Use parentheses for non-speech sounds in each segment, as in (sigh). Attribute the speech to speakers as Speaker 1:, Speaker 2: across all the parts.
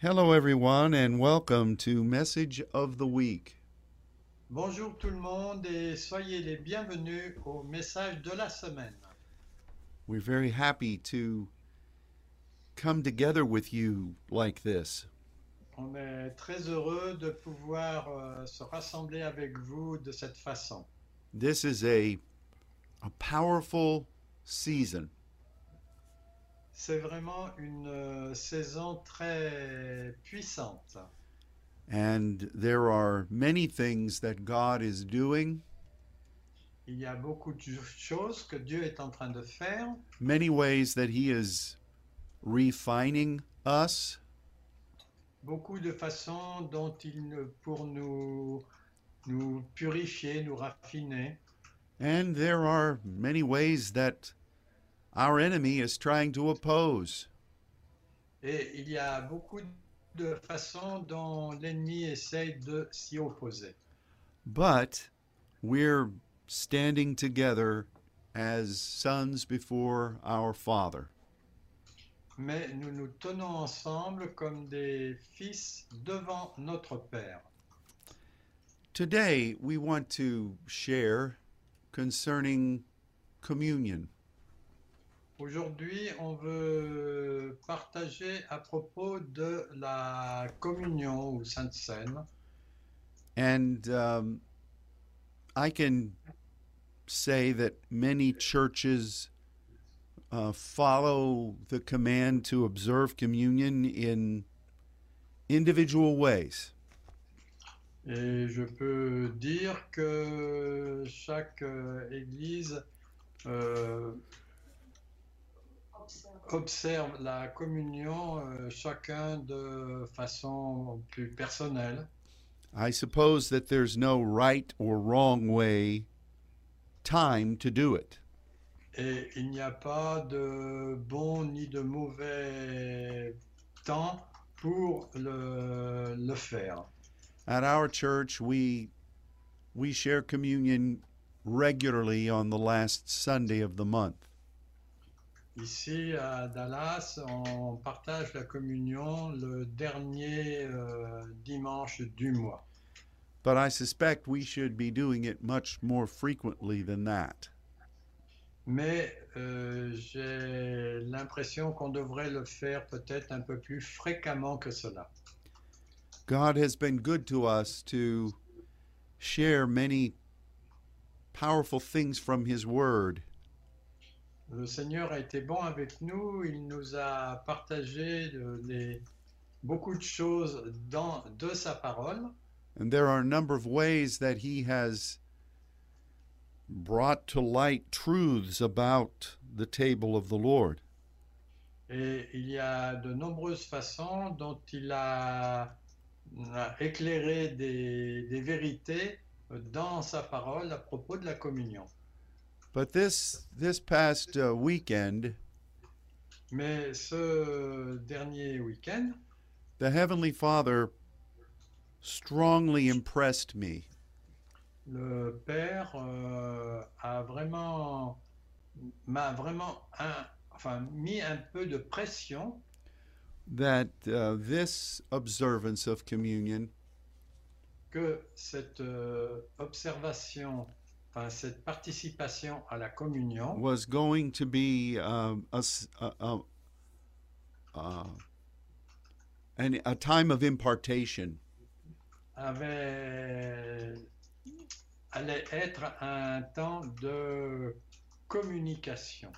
Speaker 1: Hello, everyone, and welcome to Message of the Week.
Speaker 2: Bonjour tout le monde et soyez les bienvenus au message de la semaine.
Speaker 1: We're very happy to come together with you like this.
Speaker 2: On est très heureux de pouvoir euh, se rassembler avec vous de cette façon.
Speaker 1: This is a, a powerful season.
Speaker 2: C'est vraiment une euh, saison très puissante
Speaker 1: And there are many things that God is doing,
Speaker 2: Il y a beaucoup de choses que Dieu est en train de faire,
Speaker 1: many ways that He is refining us,
Speaker 2: beaucoup de façons dont il ne- pour nous nous purifier, nous raffiner.
Speaker 1: and there are many ways that our enemy is trying to oppose.
Speaker 2: Et il y a beaucoup de façons dont l'ennemi essaye de s'y opposer.
Speaker 1: But we're standing together as sons before our Father.
Speaker 2: Mais nous nous tenons ensemble comme des fils devant notre Père.
Speaker 1: Today, we want to share concerning communion.
Speaker 2: Aujourd'hui, on veut partager à propos de la communion ou Sainte Seine.
Speaker 1: And um, I can say that many churches uh, follow the command to observe communion in individual ways.
Speaker 2: Et je peux dire que chaque euh, église euh, observe la communion euh, chacun de façon plus personnelle.
Speaker 1: I suppose that there's no right or wrong way, time to do it.
Speaker 2: Et il n'y a pas de bon ni de mauvais temps pour le, le faire.
Speaker 1: At our church, we we share communion regularly on the last Sunday of the month.
Speaker 2: Ici à Dallas, on partage la communion le dernier euh, dimanche du mois.
Speaker 1: But I suspect we should be doing it much more frequently than that.
Speaker 2: Mais euh, j'ai l'impression qu'on devrait le faire peut-être un peu plus fréquemment que cela.
Speaker 1: God has been good to us to share many powerful things from his word.
Speaker 2: Le Seigneur a été bon avec nous, il nous a partagé euh, les- beaucoup de choses dans, de sa parole.
Speaker 1: And there are a number of ways that he has brought to light truths about the table of the Lord.
Speaker 2: Et il y a de nombreuses façons dont il a, a éclairé des, des vérités dans sa parole à propos de la communion.
Speaker 1: But this this past uh, weekend,
Speaker 2: Mais ce dernier week-end,
Speaker 1: the heavenly Father strongly impressed me
Speaker 2: le Père euh, a vraiment, m'a vraiment un- enfin, mis un peu de pression
Speaker 1: that uh, this observance of communion
Speaker 2: que cette euh, observation, enfin, cette participation à la communion,
Speaker 1: was going to be um, a, s- a- a- uh, an, a time of impartation.
Speaker 2: avait, allait être un temps de communication.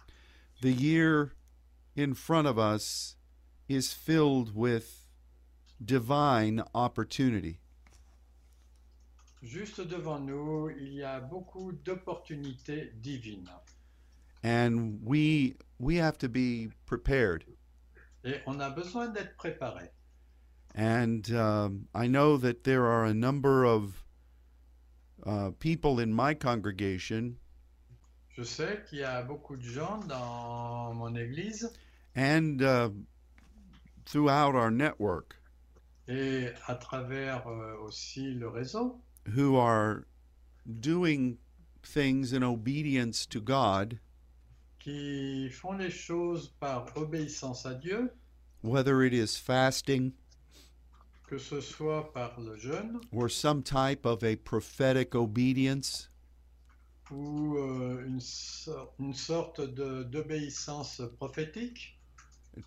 Speaker 1: The year in front of us is filled with divine opportunity.
Speaker 2: Juste devant nous, il y a beaucoup d'opportunités divines.
Speaker 1: and we we have to be prepared
Speaker 2: Et on a besoin d'être préparé.
Speaker 1: and um, i know that there are a number of uh, people in my congregation
Speaker 2: Je sais qu'il y a beaucoup de gens dans mon église
Speaker 1: and uh, throughout our network
Speaker 2: et à travers euh, aussi le réseau
Speaker 1: who are doing things in obedience to god
Speaker 2: qui font les choses par obéissance à Dieu,
Speaker 1: whether it is fasting
Speaker 2: que ce soit par le jeûne
Speaker 1: or some type of a prophetic obedience,
Speaker 2: ou euh, une, sor- une sorte de- d'obéissance prophétique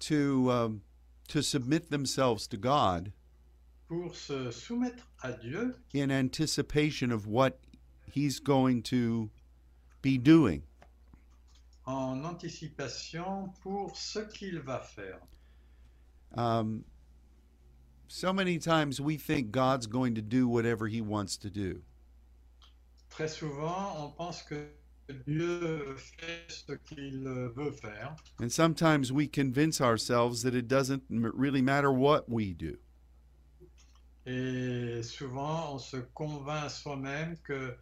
Speaker 1: to, um, to submit themselves to God
Speaker 2: pour se soumettre à Dieu
Speaker 1: in anticipation of what He's going to be doing.
Speaker 2: en anticipation pour ce qu'il va faire.
Speaker 1: Um, so many times we think God's going to do whatever He wants to do.
Speaker 2: Très souvent, on pense que Dieu fait ce qu'il veut faire.
Speaker 1: And sometimes we convince ourselves that it doesn't m- really matter what we do.
Speaker 2: Et souvent, on se convainc soi-même que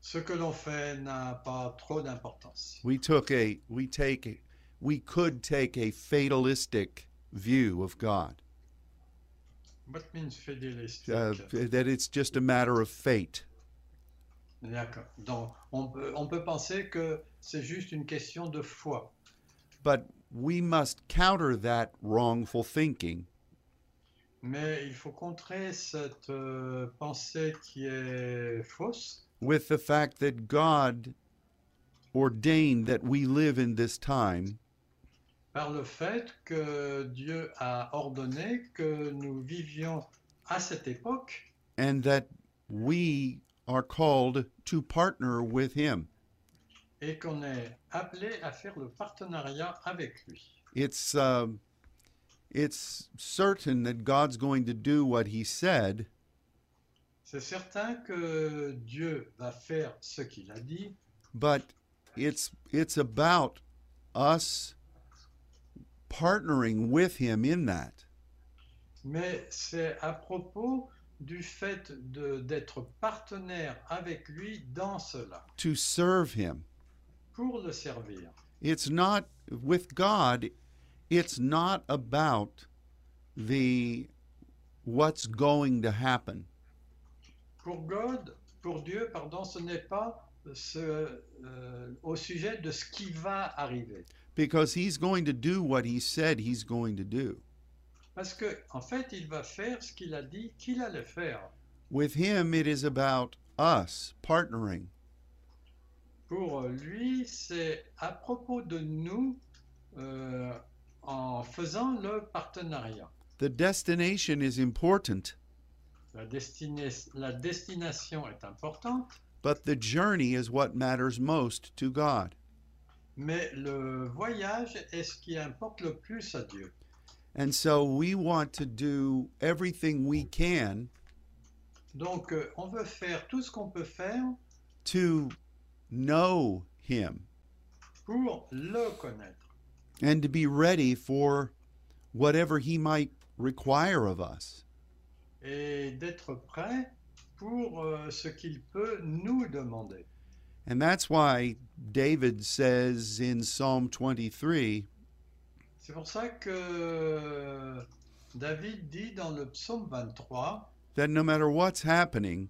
Speaker 2: ce que l'on fait n'a pas trop d'importance.
Speaker 1: We took a we take a, we could take a fatalistic view of God
Speaker 2: What means fidelistic?
Speaker 1: uh, that it's just a matter of fate.
Speaker 2: D'accord. Donc, on peut, on peut penser que c'est juste une question de foi.
Speaker 1: But we must counter that wrongful thinking
Speaker 2: Mais il faut contrer cette euh, pensée qui est fausse
Speaker 1: with the fact that God ordained that we live in this time
Speaker 2: par le fait que Dieu a ordonné que nous vivions à cette époque
Speaker 1: and that we are called to partner with him.
Speaker 2: et qu'on est appelé à faire le partenariat avec lui.
Speaker 1: It's um it's certain that God's going to do what he said
Speaker 2: C'est certain que Dieu va faire ce qu'il a dit,
Speaker 1: but it's it's about us partnering with him in that
Speaker 2: mais c'est à propos du fait de- d'être partenaire avec lui dans cela,
Speaker 1: to serve him
Speaker 2: pour le servir.
Speaker 1: it's not with god it's not about the what's going to happen
Speaker 2: Pour God, pour Dieu, pardon, ce n'est pas ce, euh, au sujet de ce qui va arriver.
Speaker 1: because he's going to do what he said he's going to do
Speaker 2: Parce que, en fait, il va faire ce qu'il a dit qu'il allait faire.
Speaker 1: with him it is about us partnering
Speaker 2: Pour lui, c'est à propos de nous euh, en faisant le partenariat.
Speaker 1: the destination is important
Speaker 2: La, destinée- la destination est importante,
Speaker 1: but the journey is what matters most to god
Speaker 2: mais le voyage est ce qui importe le plus à Dieu.
Speaker 1: And so we want to do everything we can
Speaker 2: Donc, euh, on veut faire tout ce qu'on peut faire
Speaker 1: to know Him
Speaker 2: pour le connaître.
Speaker 1: and to be ready for whatever He might require of us.
Speaker 2: et d'être prêt pour euh, ce qu'il peut nous demander.
Speaker 1: And that's why David says in Psalm 23
Speaker 2: C'est pour ça que David dit dans le psaume 23
Speaker 1: that no matter what's happening,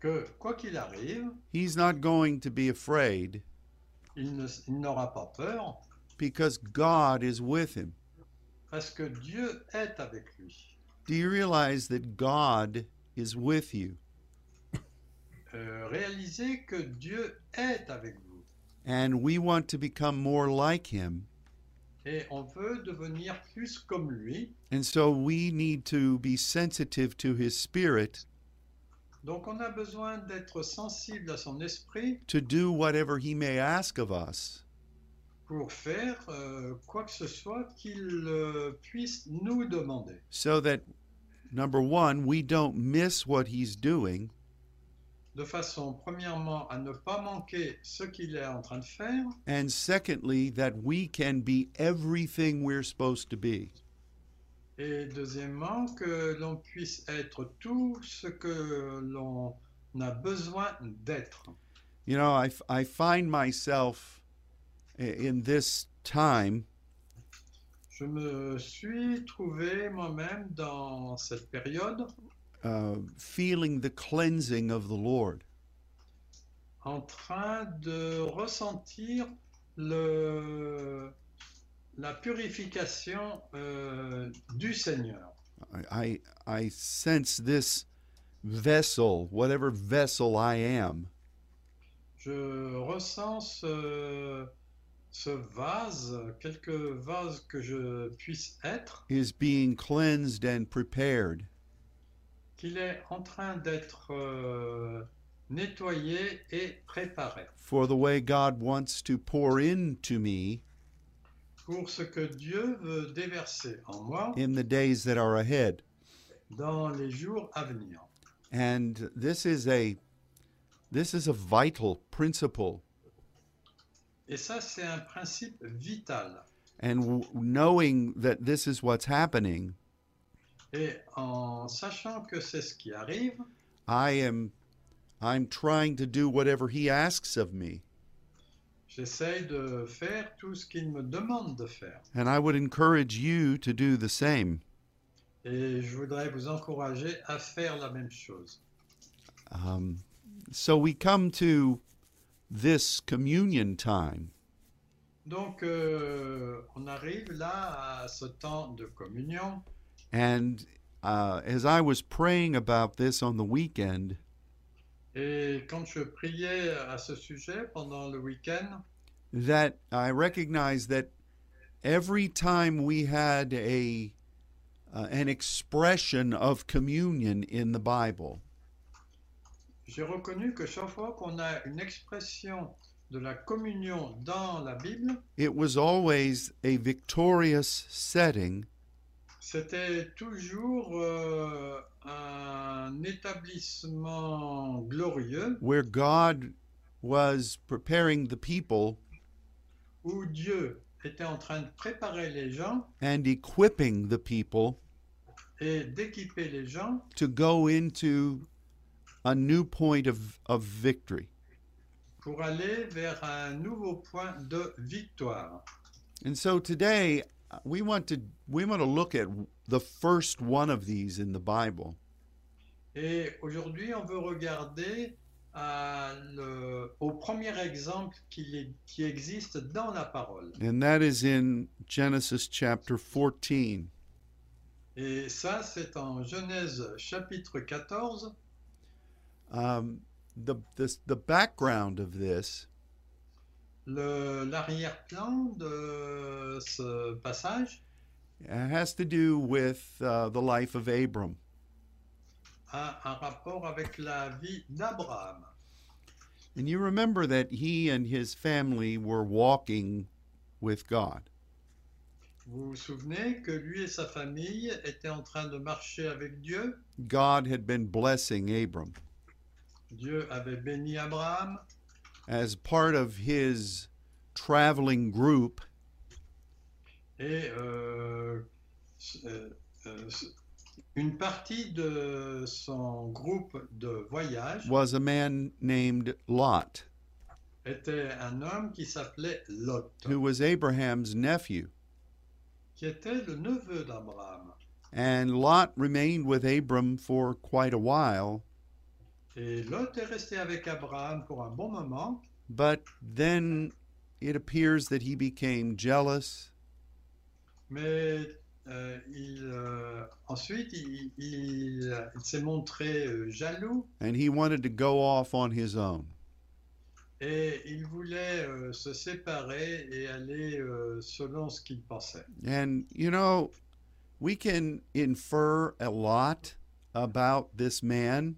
Speaker 2: que quoi qu'il arrive,
Speaker 1: He's not going to be afraid
Speaker 2: il ne- il n'aura pas peur
Speaker 1: because God is with Him.
Speaker 2: parce que Dieu est avec lui.
Speaker 1: Do you realize that God is with you
Speaker 2: Euh, réalisez que Dieu est avec vous
Speaker 1: and we want to become more like Him?
Speaker 2: et on veut devenir plus comme lui.
Speaker 1: And so we need to be sensitive to his spirit
Speaker 2: Donc on a besoin d'être sensible à son esprit
Speaker 1: to do whatever he may ask of us
Speaker 2: pour faire euh, quoi que ce soit qu'il euh, puisse nous demander.
Speaker 1: so that, number one, we don't miss what he's doing,
Speaker 2: de façon, premièrement, à ne pas manquer ce qu'il est en train de faire,
Speaker 1: and secondly, that we can be everything we're supposed to be.
Speaker 2: et deuxièmement, que l'on puisse être tout ce que l'on a besoin d'être.
Speaker 1: You know, I, f- I find myself i- in this time
Speaker 2: Je me suis trouvé moi-même dans cette période
Speaker 1: uh, feeling the cleansing of the Lord.
Speaker 2: en train de ressentir le- la purification euh, du Seigneur.
Speaker 1: I, I, I sense this vessel, whatever vessel I am,
Speaker 2: Je ressens ce, ce vase, quelque vase que je puisse être,
Speaker 1: is being cleansed and prepared
Speaker 2: qu'il est en train d'être euh, nettoyé et préparé
Speaker 1: for the way God wants to pour into me
Speaker 2: pour ce que Dieu veut déverser en moi
Speaker 1: in the days that are ahead.
Speaker 2: dans les jours à venir.
Speaker 1: And this is a this is a vital principle.
Speaker 2: Et ça, c'est un principe vital.
Speaker 1: And w- knowing that this is what's happening,
Speaker 2: Et en sachant que c'est ce qui arrive,
Speaker 1: I am I'm trying to do whatever he asks of me.
Speaker 2: j'essaye de faire tout ce qu'il me demande de faire.
Speaker 1: And I would encourage you to do the same.
Speaker 2: Et je voudrais vous encourager à faire la même chose.
Speaker 1: Um, so we come to this communion time.
Speaker 2: Donc, euh, on arrive là à ce temps de communion.
Speaker 1: And uh, as I was praying about this on the weekend,
Speaker 2: Et quand je priais à ce sujet pendant le week-end,
Speaker 1: that I recognized that every time we had a uh, an expression of communion in the Bible,
Speaker 2: j'ai reconnu que chaque fois qu'on a une expression de la communion dans la Bible,
Speaker 1: it was always a victorious setting
Speaker 2: c'était toujours euh, un établissement glorieux
Speaker 1: where God was preparing the people
Speaker 2: où Dieu était en train de préparer les gens
Speaker 1: and equipping the people
Speaker 2: et d'équiper les gens
Speaker 1: to go into a new point of, of victory.
Speaker 2: pour aller vers un nouveau point de victoire.
Speaker 1: And so today uh, we want to we want to look at the first one of these in the Bible.
Speaker 2: Et aujourd'hui, on veut regarder à le- au premier exemple qui, est- qui existe dans la parole.
Speaker 1: And that is in Genesis chapter 14.
Speaker 2: Et ça, c'est en Genèse chapitre 14.
Speaker 1: Um, the, this, the background of this
Speaker 2: Le- L'arrière-plan de ce passage
Speaker 1: has to do with uh, the life of Abram.
Speaker 2: a un rapport avec la vie d'Abraham.
Speaker 1: And you remember that he and his family were walking with God.
Speaker 2: Vous vous souvenez que lui et sa famille étaient en train de marcher avec Dieu.
Speaker 1: God had been blessing Abram.
Speaker 2: Dieu avait béni Abraham
Speaker 1: As part of his traveling group,
Speaker 2: Et euh, s- euh, euh, s- une partie de son groupe de voyage
Speaker 1: was a man named Lot,
Speaker 2: était un homme qui s'appelait Lot,
Speaker 1: who was Abraham's nephew.
Speaker 2: qui était le neveu d'Abraham.
Speaker 1: And Lot remained with Abram for quite a while.
Speaker 2: Et Lot est resté avec Abraham pour un bon moment,
Speaker 1: But then it appears that he became jealous
Speaker 2: mais euh, il, euh, ensuite il, il- il s'est montré euh, jaloux
Speaker 1: and he wanted to go off on his own.
Speaker 2: et il voulait euh, se séparer et aller euh, selon ce qu'il pensait.
Speaker 1: And, you know, we can infer a lot about this man,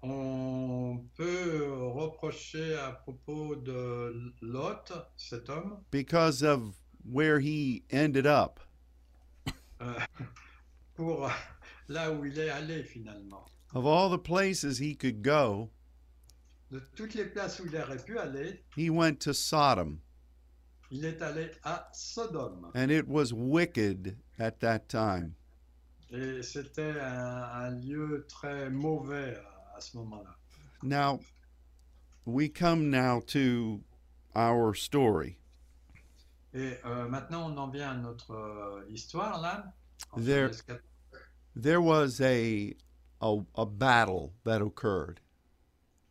Speaker 2: On peut reprocher à propos de Lot, cet homme,
Speaker 1: because of where he ended up.
Speaker 2: euh, (laughs) pour là où il est allé finalement.
Speaker 1: Of all the places he could go,
Speaker 2: De toutes les places où il aurait pu aller,
Speaker 1: he went to Sodom,
Speaker 2: il est allé à Sodome.
Speaker 1: and it was wicked at that time.
Speaker 2: Et c'était un, un lieu très mauvais à, à ce moment-là.
Speaker 1: Now, we come now to our story.
Speaker 2: Et euh, maintenant, on en vient à notre euh, histoire là. en
Speaker 1: There-
Speaker 2: Genèse 14.
Speaker 1: there was a, a a battle that occurred.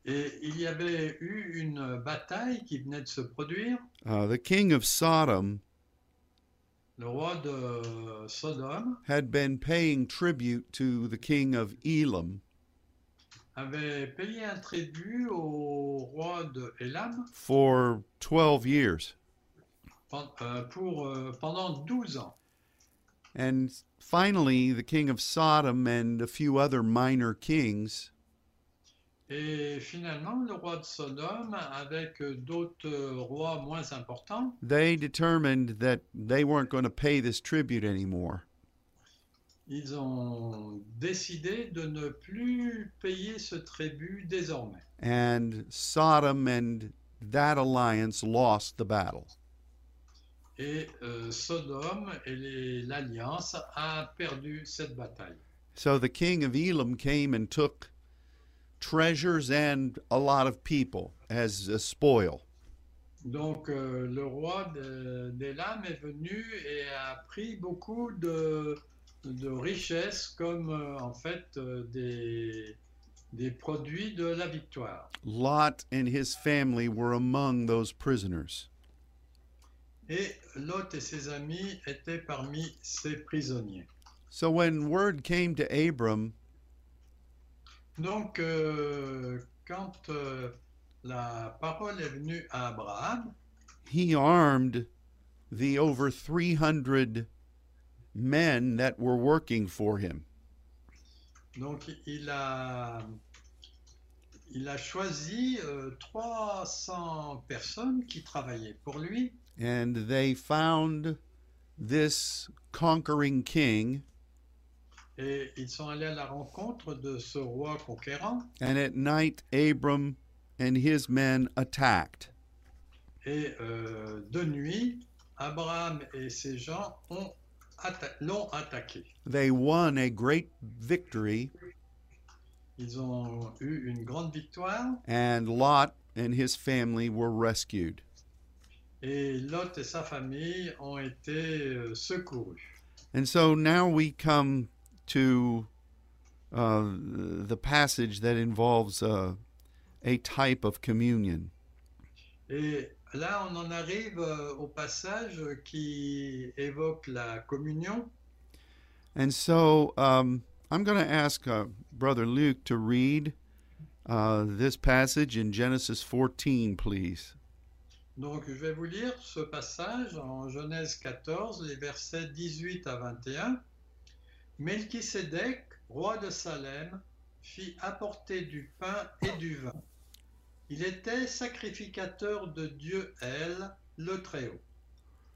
Speaker 2: Et il y avait eu une bataille qui venait de se produire.
Speaker 1: Uh, the king of Sodom
Speaker 2: le roi de euh, Sodome,
Speaker 1: had been paying tribute to the king of Elam
Speaker 2: avait payé un tribut au roi de Elam
Speaker 1: for 12 years.
Speaker 2: pen- euh, pour, euh, pendant 12 ans.
Speaker 1: And finally, the king of Sodom and a few other minor kings
Speaker 2: Et finalement, le roi de Sodome, avec d'autres euh, rois moins importants,
Speaker 1: they determined that they weren't going to pay this tribute anymore.
Speaker 2: ils ont décidé de ne plus payer ce tribut désormais.
Speaker 1: And Sodom and that alliance lost the battle.
Speaker 2: Et euh, Sodome et les- l'Alliance a perdu cette bataille.
Speaker 1: So the king of Elam came and took treasures and a lot of people as a spoil.
Speaker 2: Donc euh, le roi de- d'Élam est venu et a pris beaucoup de, de richesses comme euh, en fait euh, des, des produits de la victoire.
Speaker 1: Lot and his family were among those prisoners.
Speaker 2: Et Lot et ses amis étaient parmi ces prisonniers.
Speaker 1: So when word came to Abram
Speaker 2: Donc euh, quand euh, la parole est venue à Abraham,
Speaker 1: he armed the over 300 men that were working for him.
Speaker 2: Donc il a, il a choisi euh, 300 personnes qui travaillaient pour lui
Speaker 1: And they found this conquering king,
Speaker 2: et ils sont allés à la rencontre de ce roi conquérant.
Speaker 1: and at night Abram and his men attacked.
Speaker 2: Et euh, de nuit, Abraham et ses gens ont atta- l'ont attaqué.
Speaker 1: They won a great victory,
Speaker 2: Ils ont eu une grande victoire
Speaker 1: and Lot and his family were rescued.
Speaker 2: et Lot et sa famille ont été euh, secourus.
Speaker 1: And so now we come to uh, the passage that involves uh, a type of communion.
Speaker 2: Et là, on en arrive euh, au passage qui évoque la communion.
Speaker 1: And so um, I'm going to ask uh, Brother Luke to read uh, this passage in Genesis 14, please.
Speaker 2: Donc, je vais vous lire ce passage en Genèse 14, les versets 18 à 21. Melchisédek, roi de Salem, fit apporter du pain et du vin. Il était sacrificateur de Dieu, El, le Très-Haut.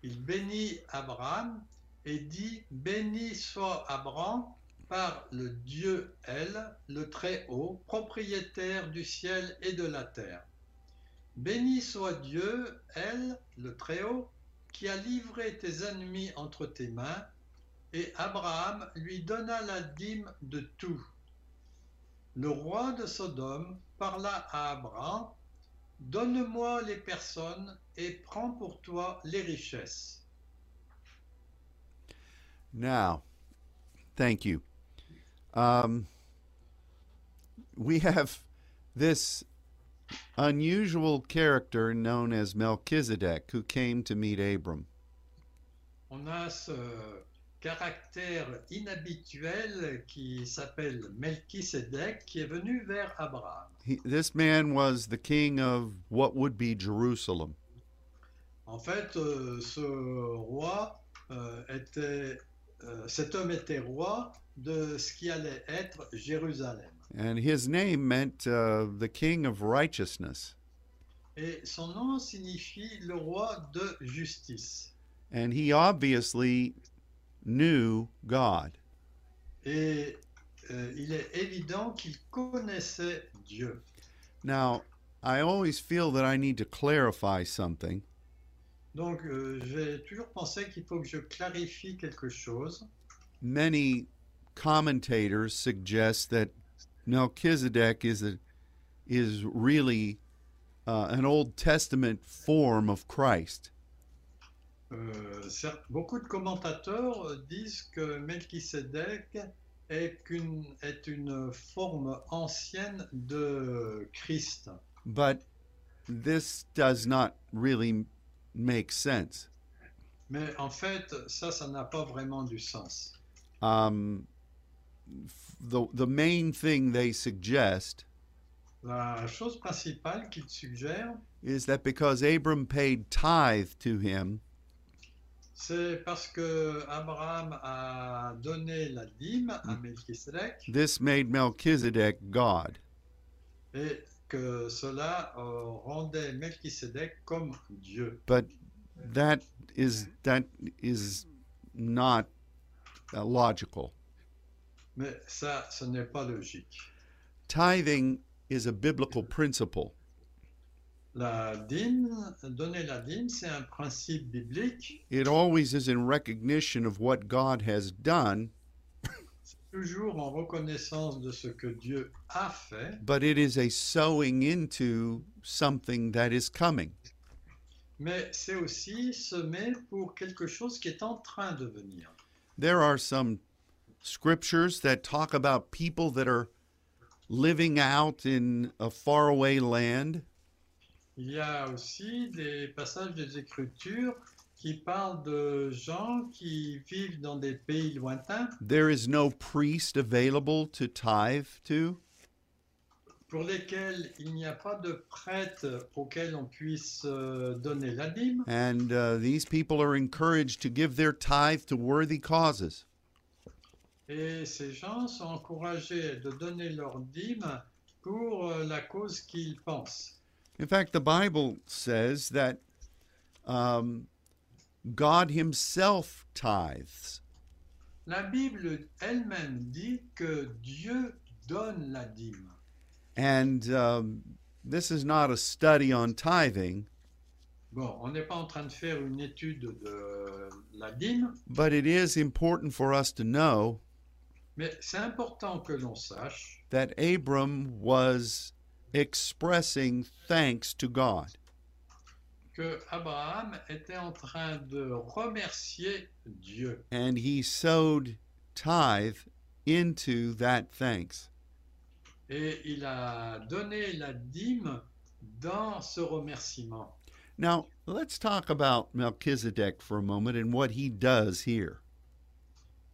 Speaker 2: Il bénit Abraham et dit Béni soit Abraham par le Dieu, El, le Très-Haut, propriétaire du ciel et de la terre. Béni soit Dieu, elle, le Très-Haut, qui a livré tes ennemis entre tes mains, et Abraham lui donna la dîme de tout. Le roi de Sodome parla à Abraham, Donne-moi les personnes et prends pour toi les richesses.
Speaker 1: Now, thank you. Um, we have this unusual character known as Melchizedek who came to meet Abram.
Speaker 2: On a ce caractère inhabituel qui s'appelle Melchisédek qui est venu vers Abraham.
Speaker 1: He, this man was the king of what would be Jerusalem.
Speaker 2: En fait, euh, ce roi euh, était, euh, cet homme était roi de ce qui allait être Jérusalem.
Speaker 1: And his name meant uh, the king of righteousness.
Speaker 2: Et son nom signifie le roi de justice.
Speaker 1: And he obviously knew God.
Speaker 2: Et euh, il est évident qu'il connaissait Dieu.
Speaker 1: Now, I always feel that I need to clarify something.
Speaker 2: Donc, euh, j'ai toujours pensé qu'il faut que je clarifie quelque chose.
Speaker 1: Many commentators suggest that Melchizedek is a, is really uh, an Old Testament form of Christ.
Speaker 2: Euh, certes, beaucoup de commentateurs euh, disent que Melchisédek est, qu'une- est une forme ancienne de Christ.
Speaker 1: But this does not really make sense.
Speaker 2: Mais en fait, ça, ça n'a pas vraiment du sens.
Speaker 1: Um, f- the, the main thing they suggest
Speaker 2: La chose principale qu'il suggère,
Speaker 1: is that because Abram paid tithe to him,
Speaker 2: c'est parce que Abraham a donné la dîme à Melchisedec
Speaker 1: this made Melchizedek God.
Speaker 2: et que cela euh, rendait Melchisedec comme Dieu.
Speaker 1: But that is that is not uh, logical.
Speaker 2: Mais ça, ce n'est pas logique.
Speaker 1: Tithing is a biblical principle.
Speaker 2: La dîme, donner la dîme, c'est un principe biblique,
Speaker 1: It always is in recognition of what God has done,
Speaker 2: toujours en reconnaissance de ce que Dieu a fait,
Speaker 1: but it is a sowing into something that is coming.
Speaker 2: mais c'est aussi semer pour quelque chose qui est en train de venir.
Speaker 1: There are some scriptures that talk about people that are living out in a faraway land
Speaker 2: Il y a aussi des passages des Écritures qui parlent de gens qui vivent dans des pays lointains.
Speaker 1: there is no priest available to tithe to.
Speaker 2: pour lesquels il n'y a pas de prêtre auquel on puisse euh, donner la dîme.
Speaker 1: And uh, these people are encouraged to give their tithe to worthy causes.
Speaker 2: Et ces gens sont encouragés de donner leur dîme pour euh, la cause qu'ils pensent.
Speaker 1: In fact, the Bible says that um, God Himself tithes.
Speaker 2: La Bible elle-même dit que Dieu donne la dîme.
Speaker 1: And um, this is not a study on tithing,
Speaker 2: Bon, on n'est pas en train de faire une étude de la dîme,
Speaker 1: but it is important for us to know
Speaker 2: mais c'est important que l'on sache
Speaker 1: that Abram was expressing thanks to God.
Speaker 2: que Abraham était en train de remercier Dieu.
Speaker 1: And he sowed tithe into that thanks.
Speaker 2: Et il a donné la dîme dans ce remerciement.
Speaker 1: Now, let's talk about Melchizedek for a moment and what he does here.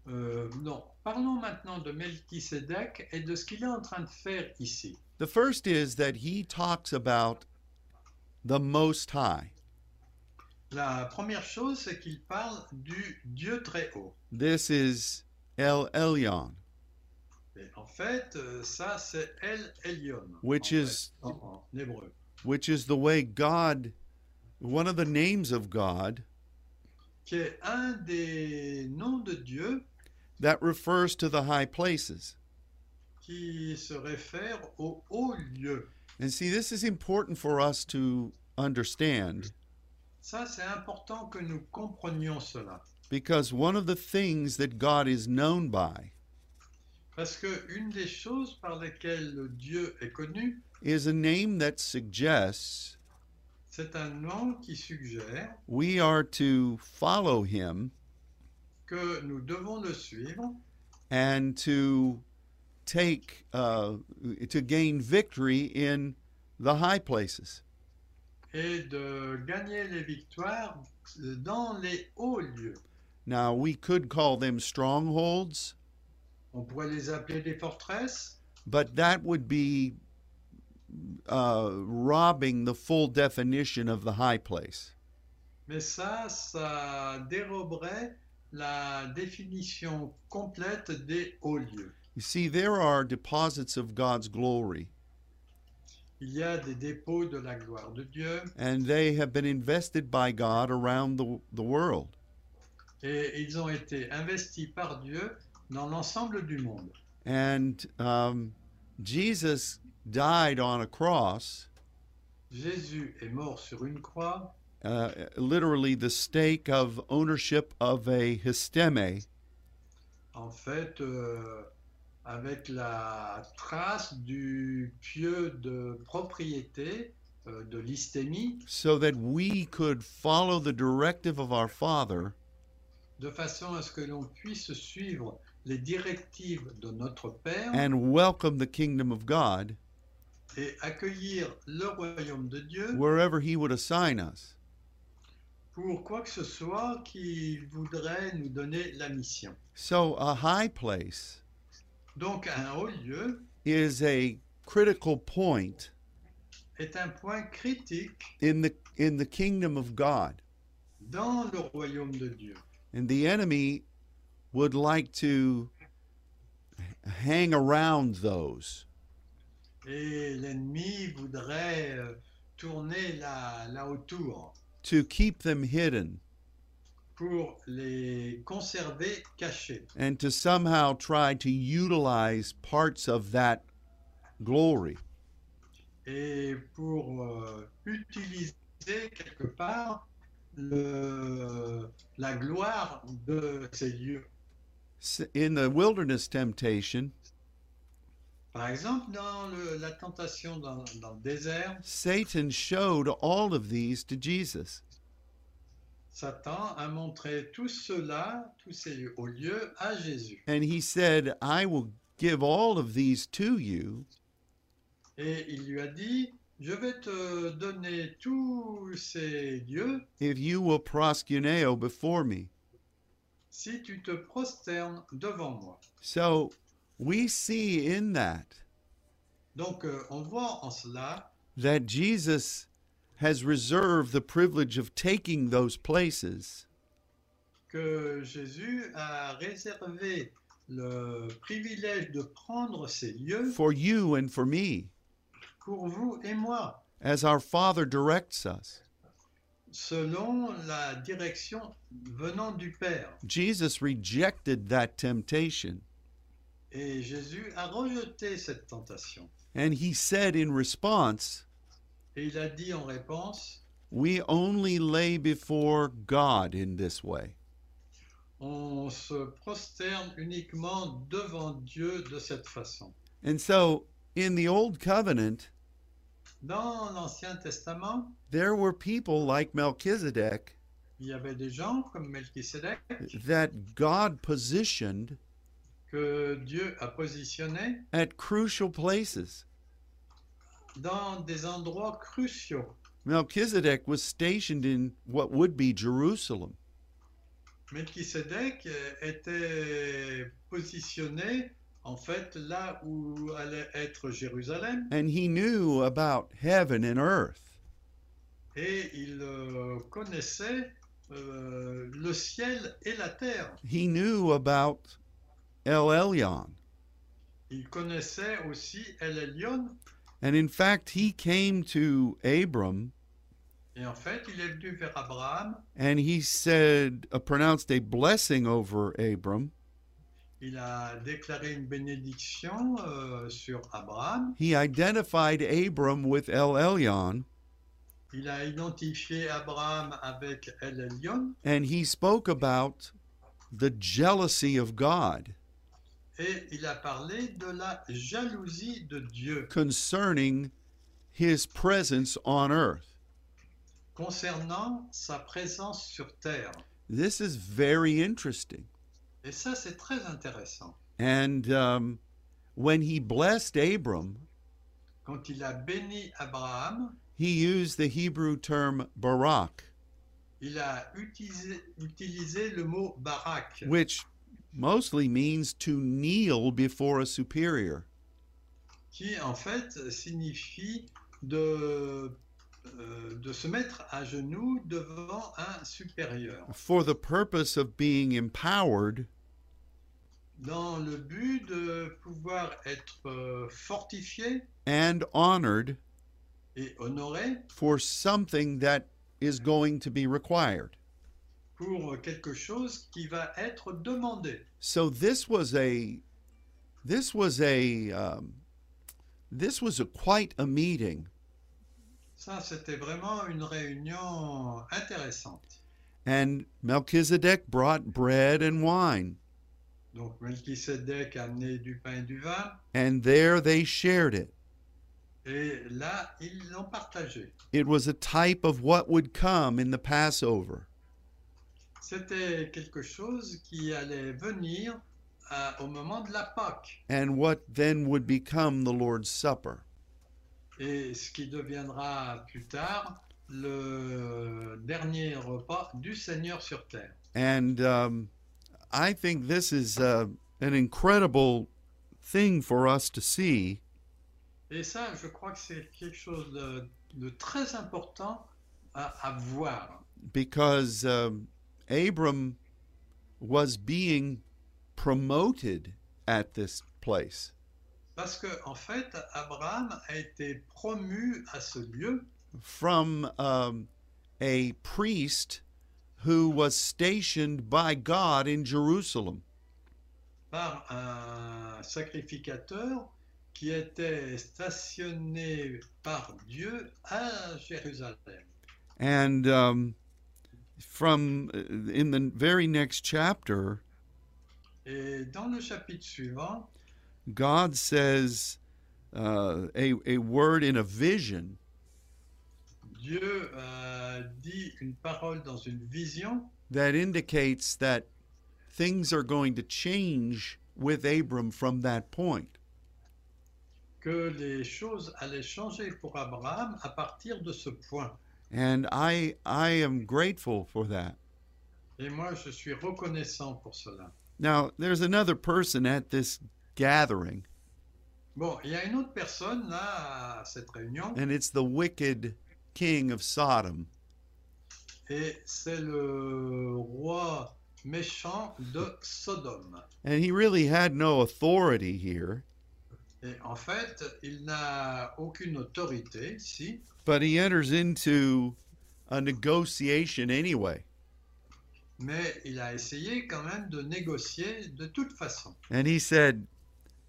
Speaker 2: Euh, non, parlons maintenant de Melchisedec et de ce qu'il est en train de faire ici.
Speaker 1: The first is that he talks about the Most High.
Speaker 2: La première chose, c'est qu'il parle du Dieu très haut.
Speaker 1: This is El Elyon,
Speaker 2: Et en fait, euh, ça, c'est El Elyon.
Speaker 1: Which
Speaker 2: en
Speaker 1: is-
Speaker 2: fait, en- en hébreu.
Speaker 1: which is the way God, one of the names of God,
Speaker 2: Qui est un des noms de Dieu
Speaker 1: that refers to the high places.
Speaker 2: qui se réfère au haut lieu.
Speaker 1: And see, this is important for us to understand
Speaker 2: Ça, c'est important que nous comprenions cela.
Speaker 1: because one of the things that God is known by
Speaker 2: Parce que une des choses par lesquelles Dieu est connu,
Speaker 1: is a name that suggests
Speaker 2: c'est un nom qui suggère
Speaker 1: we are to follow him
Speaker 2: que nous devons le suivre
Speaker 1: and to take uh, to gain victory in the high places
Speaker 2: et de gagner les victoires dans les hauts lieux.
Speaker 1: now we could call them strongholds
Speaker 2: On pourrait les appeler des forteresses,
Speaker 1: but that would be uh, robbing the full definition of the high place
Speaker 2: mais ça, ça déroberait la définition complète des hauts lieux.
Speaker 1: you see there are deposits of god's glory
Speaker 2: Il y a des dépôts de la gloire de Dieu
Speaker 1: and they have been invested by god around the, the world
Speaker 2: et ils ont été investis par Dieu dans l'ensemble du monde.
Speaker 1: and um, jesus died on a cross
Speaker 2: Jésus est mort sur une croix
Speaker 1: uh, literally the stake of ownership of a histeme,
Speaker 2: en fait, euh, avec la trace du pieu de propriété, euh, de l'hystémie,
Speaker 1: so that we could follow the directive of our Father
Speaker 2: de façon à ce que l'on puisse suivre les directives de notre Père
Speaker 1: and welcome the kingdom of God
Speaker 2: et accueillir le royaume de Dieu
Speaker 1: wherever He would assign us.
Speaker 2: pour quoi que ce soit qui voudrait nous donner la mission.
Speaker 1: So, a high place
Speaker 2: Donc un haut lieu
Speaker 1: is a critical point
Speaker 2: est un point critique
Speaker 1: in the in the kingdom of God.
Speaker 2: dans le royaume de Dieu.
Speaker 1: And the enemy would like to hang around those.
Speaker 2: Et l'ennemi voudrait euh, tourner là, là autour
Speaker 1: to keep them hidden
Speaker 2: pour les conserver cachés
Speaker 1: and to somehow try to utilize parts of that glory.
Speaker 2: et pour euh, utiliser quelque part le- la gloire de ces lieux.
Speaker 1: S- In the wilderness temptation,
Speaker 2: Par exemple, dans le- la tentation dans, dans le désert,
Speaker 1: Satan showed all of these to Jesus.
Speaker 2: Satan a montré tout cela, tous ces hauts lieux, à Jésus.
Speaker 1: And he said, I will give all of these to you
Speaker 2: Et il lui a dit, je vais te donner tous ces lieux
Speaker 1: if you will proskuneo before me.
Speaker 2: si tu te prosternes devant moi.
Speaker 1: So we see in that
Speaker 2: Donc euh, on voit en cela
Speaker 1: that Jesus has reserved the privilege of taking those places
Speaker 2: que Jésus a réservé le privilège de prendre ces lieux
Speaker 1: for you and for me,
Speaker 2: pour vous et moi,
Speaker 1: as our Father directs us.
Speaker 2: selon la direction venant du Père.
Speaker 1: Jesus rejected that temptation,
Speaker 2: Et Jésus a rejeté cette tentation.
Speaker 1: and he said in response,
Speaker 2: Et il a dit en réponse,
Speaker 1: We only lay before God in this way.
Speaker 2: on se prosterne uniquement devant Dieu de cette façon.
Speaker 1: And so, in the Old Covenant,
Speaker 2: Dans l'Ancien Testament,
Speaker 1: there were people like Melchizedek
Speaker 2: il y avait des gens comme Melchisedec
Speaker 1: that God positioned
Speaker 2: que Dieu a positionnés
Speaker 1: at crucial places.
Speaker 2: dans des endroits cruciaux.
Speaker 1: Melchizedek was stationed in what would be Jerusalem.
Speaker 2: Melchisedec euh, était positionné en fait là où allait être Jérusalem
Speaker 1: and he knew about heaven and earth.
Speaker 2: et il euh, connaissait euh, le ciel et la terre.
Speaker 1: He knew about El Elyon.
Speaker 2: Il connaissait aussi El Elyon
Speaker 1: And in fact, he came to Abram
Speaker 2: et en fait il est venu vers Abraham.
Speaker 1: and he said, uh, pronounced a blessing over Abram.
Speaker 2: Il a déclaré une bénédiction euh, sur Abraham.
Speaker 1: He identified Abram with El Elyon
Speaker 2: Il a identifié Abraham avec El Elyon
Speaker 1: and he spoke about the jealousy of God
Speaker 2: et il a parlé de la jalousie de Dieu.
Speaker 1: concerning his presence on earth.
Speaker 2: concernant sa présence sur Terre.
Speaker 1: This is very interesting.
Speaker 2: Et ça, c'est très intéressant.
Speaker 1: And um, when he blessed Abram,
Speaker 2: Quand il a béni Abraham,
Speaker 1: He used the Hebrew term barak,
Speaker 2: il a utilisé, utilisé le mot barak,
Speaker 1: which mostly means to kneel before a superior.
Speaker 2: qui en fait signifie de, euh, de se mettre à genoux devant un supérieur,
Speaker 1: For the purpose of being empowered
Speaker 2: dans le but de pouvoir être euh, fortifié
Speaker 1: and honored
Speaker 2: et honoré
Speaker 1: for something that is going to be required.
Speaker 2: pour quelque chose qui va être demandé.
Speaker 1: So this was a, this was a, um, this was a quite a meeting,
Speaker 2: Ça, c'était vraiment une réunion intéressante.
Speaker 1: and Melchizedek brought bread and wine,
Speaker 2: Donc, Melchisedec a amené du pain et du vin,
Speaker 1: and there they shared it.
Speaker 2: et là, ils l'ont partagé.
Speaker 1: It was a type of what would come in the Passover.
Speaker 2: C'était quelque chose qui allait venir à- au moment de la Pâque,
Speaker 1: and what then would become the Lord's Supper.
Speaker 2: et ce qui deviendra plus tard le dernier repas du Seigneur sur terre.
Speaker 1: And um, I think this is uh, an incredible thing for us to see
Speaker 2: Et ça, je crois que c'est quelque chose de, de très important à, à voir.
Speaker 1: because um, Abram was being promoted at this place.
Speaker 2: Parce que, en fait, Abraham a été promu à ce lieu
Speaker 1: from um, a priest who was stationed by God in Jerusalem.
Speaker 2: par un sacrificateur qui était stationné par Dieu à Jérusalem.
Speaker 1: And um, from uh, in the very next chapter,
Speaker 2: Et dans le chapitre suivant,
Speaker 1: God says uh, a, a word in a vision
Speaker 2: Dieu euh, dit une parole dans une vision
Speaker 1: that indicates that things are going to change with Abram from that point.
Speaker 2: que les choses allaient changer pour Abraham à partir de ce point.
Speaker 1: And I I am grateful for that.
Speaker 2: Et moi, je suis reconnaissant pour cela.
Speaker 1: Now there's another person at this gathering
Speaker 2: Bon, il y a une autre personne là à cette réunion,
Speaker 1: and it's the wicked king of Sodom.
Speaker 2: et c'est le roi méchant de Sodome.
Speaker 1: And he really had no authority here,
Speaker 2: Et en fait, il n'a aucune autorité ici,
Speaker 1: but he enters into a negotiation anyway.
Speaker 2: mais il a essayé quand même de négocier de toute façon.
Speaker 1: And he said,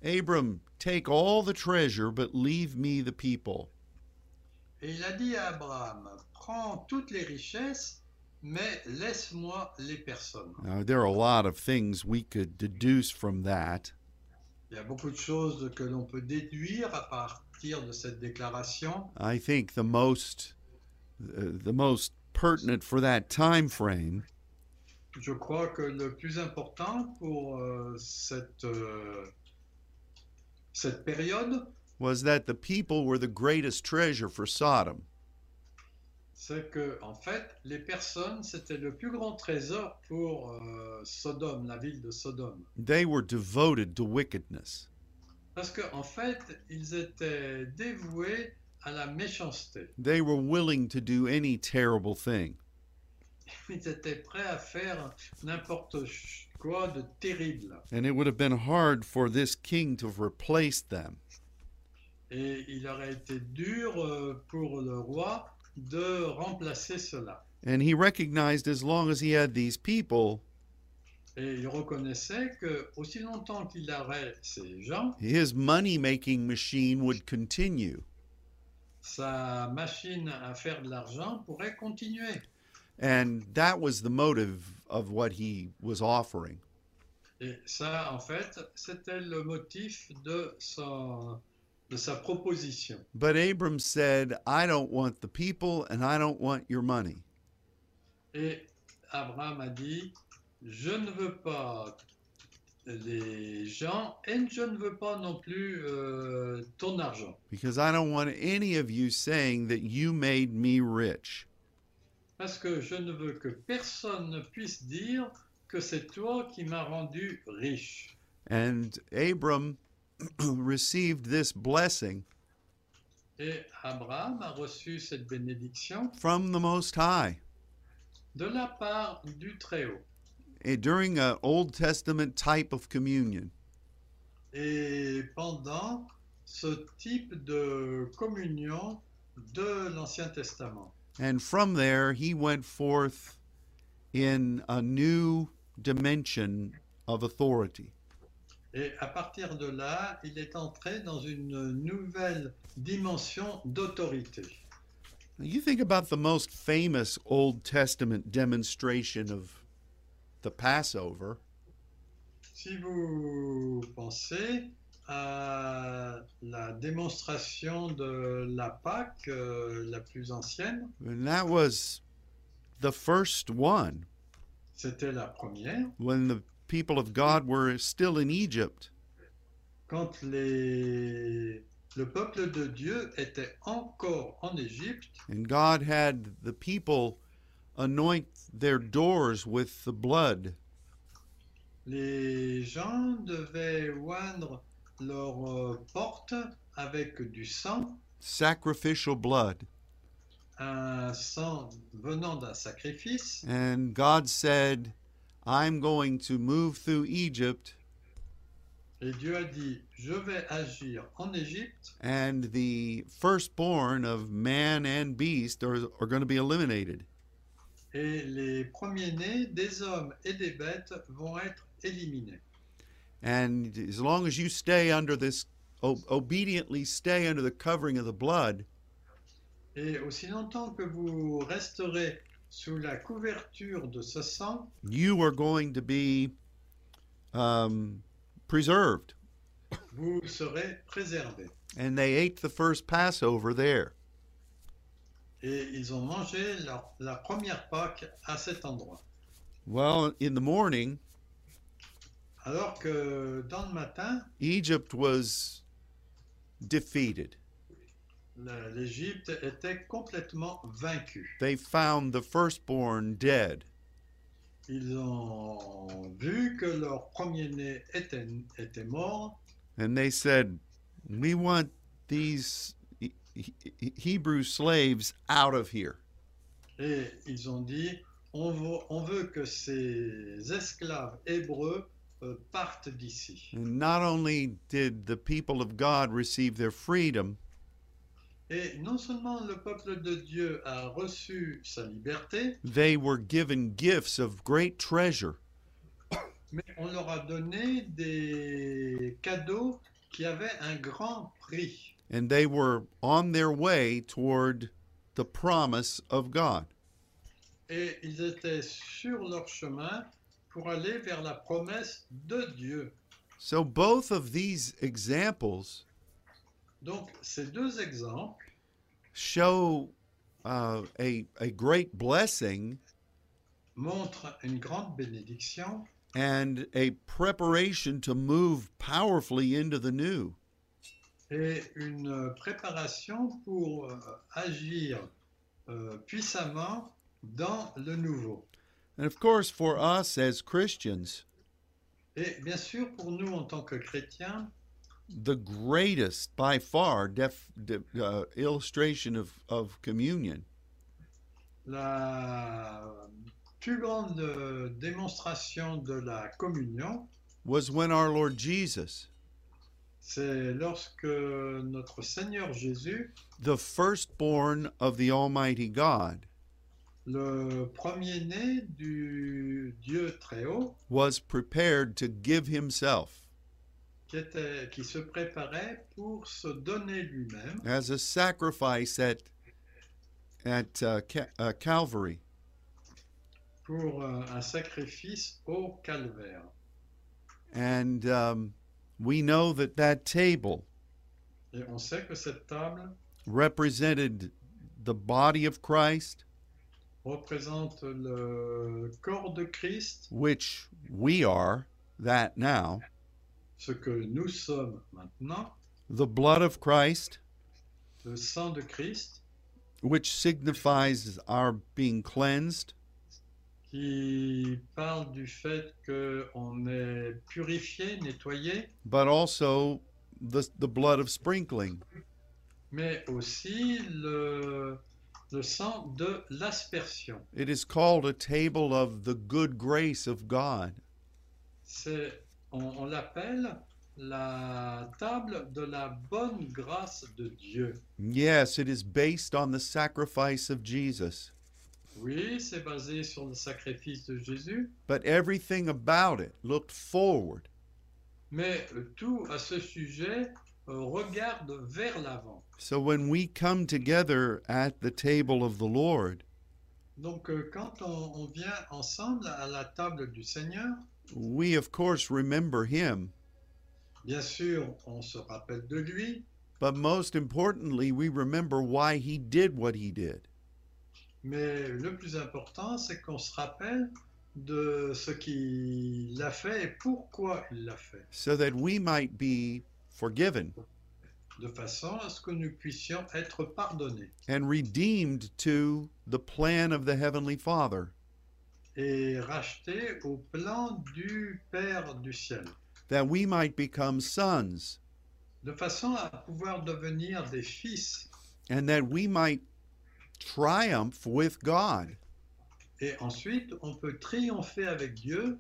Speaker 1: Abram, take all the treasure, but leave me the people.
Speaker 2: Et il a dit à Abraham, prends toutes les richesses, mais laisse-moi les personnes.
Speaker 1: Now, there are a lot of things we could deduce from that,
Speaker 2: Il y a beaucoup de choses que l'on peut déduire à partir de cette déclaration.
Speaker 1: I think the most uh, the most pertinent for that time frame
Speaker 2: Je crois que le plus important pour euh, cette, euh, cette période,
Speaker 1: was that the people were the greatest treasure for Sodom.
Speaker 2: c'est que, en fait, les personnes, c'était le plus grand trésor pour euh, Sodome, la ville de Sodome.
Speaker 1: They were devoted to wickedness.
Speaker 2: Parce qu'en en fait, ils étaient dévoués à la méchanceté. (laughs)
Speaker 1: They were willing to do any terrible thing.
Speaker 2: Ils étaient prêts à faire n'importe ch- quoi de terrible.
Speaker 1: And it would have been hard for this king to have replaced them.
Speaker 2: Et il aurait été dur euh, pour le roi de remplacer cela.
Speaker 1: And he recognized as long as he had these people,
Speaker 2: Et il reconnaissait que aussi longtemps qu'il aurait ces gens,
Speaker 1: his money making machine would continue.
Speaker 2: sa machine à faire de l'argent pourrait continuer.
Speaker 1: And that was the motive of what he was offering.
Speaker 2: Et ça, en fait, c'était le motif de, son- de sa proposition.
Speaker 1: But Abram said, I don't want the people and I don't want your money.
Speaker 2: Et Abraham a dit, je ne veux pas les gens et je ne veux pas non plus euh, ton argent.
Speaker 1: Because I don't want any of you saying that you made me rich.
Speaker 2: Parce que je ne veux que personne ne puisse dire que c'est toi qui m'as rendu riche.
Speaker 1: And Abram (clears throat) received this blessing
Speaker 2: Et Abraham a reçu cette bénédiction
Speaker 1: from the Most High
Speaker 2: de la part du Très-Haut.
Speaker 1: eh, during an Old Testament type of communion.
Speaker 2: Et pendant ce type de communion de l'Ancien Testament.
Speaker 1: And from there, he went forth in a new dimension of authority.
Speaker 2: Et à partir de là, il est entré dans une nouvelle dimension d'autorité.
Speaker 1: Now, you think about the most famous Old Testament demonstration of the Passover.
Speaker 2: Si vous pensez à la démonstration de la Pâque euh, la plus ancienne,
Speaker 1: And that was the first one
Speaker 2: c'était la première,
Speaker 1: when the people of God were still in Egypt.
Speaker 2: quand les, le peuple de Dieu était encore en Égypte
Speaker 1: And God had the people anoint their doors with the blood.
Speaker 2: Les gens devaient oindre leurs euh, portes avec du sang,
Speaker 1: sacrificial blood.
Speaker 2: un sang venant d'un sacrifice.
Speaker 1: And God said, I'm going to move through Egypt,
Speaker 2: Et Dieu a dit, je vais agir en Égypte
Speaker 1: and the firstborn of man and beast are, are going to be eliminated.
Speaker 2: et les premiers-nés des hommes et des bêtes vont être éliminés.
Speaker 1: And as long as you stay under this, o- obediently stay under the covering of the blood,
Speaker 2: Et aussi longtemps que vous resterez sous la couverture de ce sang,
Speaker 1: you are going to be um, preserved.
Speaker 2: vous serez préservés.
Speaker 1: And they ate the first Passover there.
Speaker 2: Et ils ont mangé leur- la première Pâque à cet endroit.
Speaker 1: Well, in the morning,
Speaker 2: Alors que dans le matin,
Speaker 1: Egypt was defeated.
Speaker 2: la- l'Égypte était complètement vaincue.
Speaker 1: They found the firstborn dead.
Speaker 2: Ils ont vu que leur premier-né était, était mort
Speaker 1: and they said, "We want these He- He- He- Hebrew slaves out of here."
Speaker 2: et ils ont dit on veut, on veut que ces esclaves hébreux euh, partent d'ici.
Speaker 1: And not only did the people of God receive their freedom,
Speaker 2: Et non seulement le peuple de Dieu a reçu sa liberté,
Speaker 1: they were given gifts of great treasure.
Speaker 2: mais on leur a donné des cadeaux qui avaient un grand prix.
Speaker 1: And they were on their way toward the promise of God.
Speaker 2: Et ils étaient sur leur chemin pour aller vers la promesse de Dieu.
Speaker 1: So, both of these examples
Speaker 2: Donc ces deux exemples
Speaker 1: show uh, a, a great blessing
Speaker 2: montrent une grande bénédiction
Speaker 1: and a preparation to move powerfully into the new.
Speaker 2: et une préparation pour euh, agir euh, puissamment dans le nouveau.
Speaker 1: And of course, for us as Christians,
Speaker 2: Et bien sûr, pour nous en tant que chrétiens,
Speaker 1: the greatest by far def, de, uh, illustration of, of communion
Speaker 2: la plus grande euh, démonstration de la communion,
Speaker 1: was when our Lord Jesus,
Speaker 2: c'est lorsque notre Seigneur Jésus,
Speaker 1: the firstborn of the Almighty God,
Speaker 2: le premier-né du Dieu très haut,
Speaker 1: was prepared to give himself
Speaker 2: qui, était- qui se préparait pour se donner lui-même
Speaker 1: as a sacrifice at, at uh, Ca- uh, Calvary.
Speaker 2: pour euh, un sacrifice au calvaire.
Speaker 1: And um, we know that that table
Speaker 2: Et on sait que cette table
Speaker 1: represented the body of Christ,
Speaker 2: représente le corps de Christ,
Speaker 1: which we are that now.
Speaker 2: ce que nous sommes maintenant,
Speaker 1: the blood of Christ,
Speaker 2: le sang de Christ,
Speaker 1: which signifies our being cleansed,
Speaker 2: qui parle du fait qu'on est purifié, nettoyé,
Speaker 1: but also the, the blood of sprinkling.
Speaker 2: mais aussi le, le sang de l'aspersion.
Speaker 1: It is called a table of the good grace of God.
Speaker 2: C'est, on, on l'appelle la table de la bonne grâce de Dieu.
Speaker 1: Yes, it is based on the sacrifice of Jesus,
Speaker 2: Oui, c'est basé sur le sacrifice de Jésus,
Speaker 1: but everything about it looked forward.
Speaker 2: mais tout à ce sujet euh, regarde vers l'avant.
Speaker 1: So when we come together at the table of the Lord,
Speaker 2: Donc euh, quand on, on vient ensemble à la table du Seigneur,
Speaker 1: we of course remember Him,
Speaker 2: bien sûr, on se rappelle de lui,
Speaker 1: but most importantly, we remember why He did what He did.
Speaker 2: mais le plus important, c'est qu'on se rappelle de ce qu'il a fait et pourquoi il l'a fait,
Speaker 1: so that we might be forgiven
Speaker 2: de façon à ce que nous puissions être pardonnés
Speaker 1: and redeemed to the plan of the Heavenly Father,
Speaker 2: et rachetés au plan du Père du ciel,
Speaker 1: that we might become sons,
Speaker 2: de façon à pouvoir devenir des fils
Speaker 1: and that we might triumph with God.
Speaker 2: et ensuite on peut triompher avec Dieu.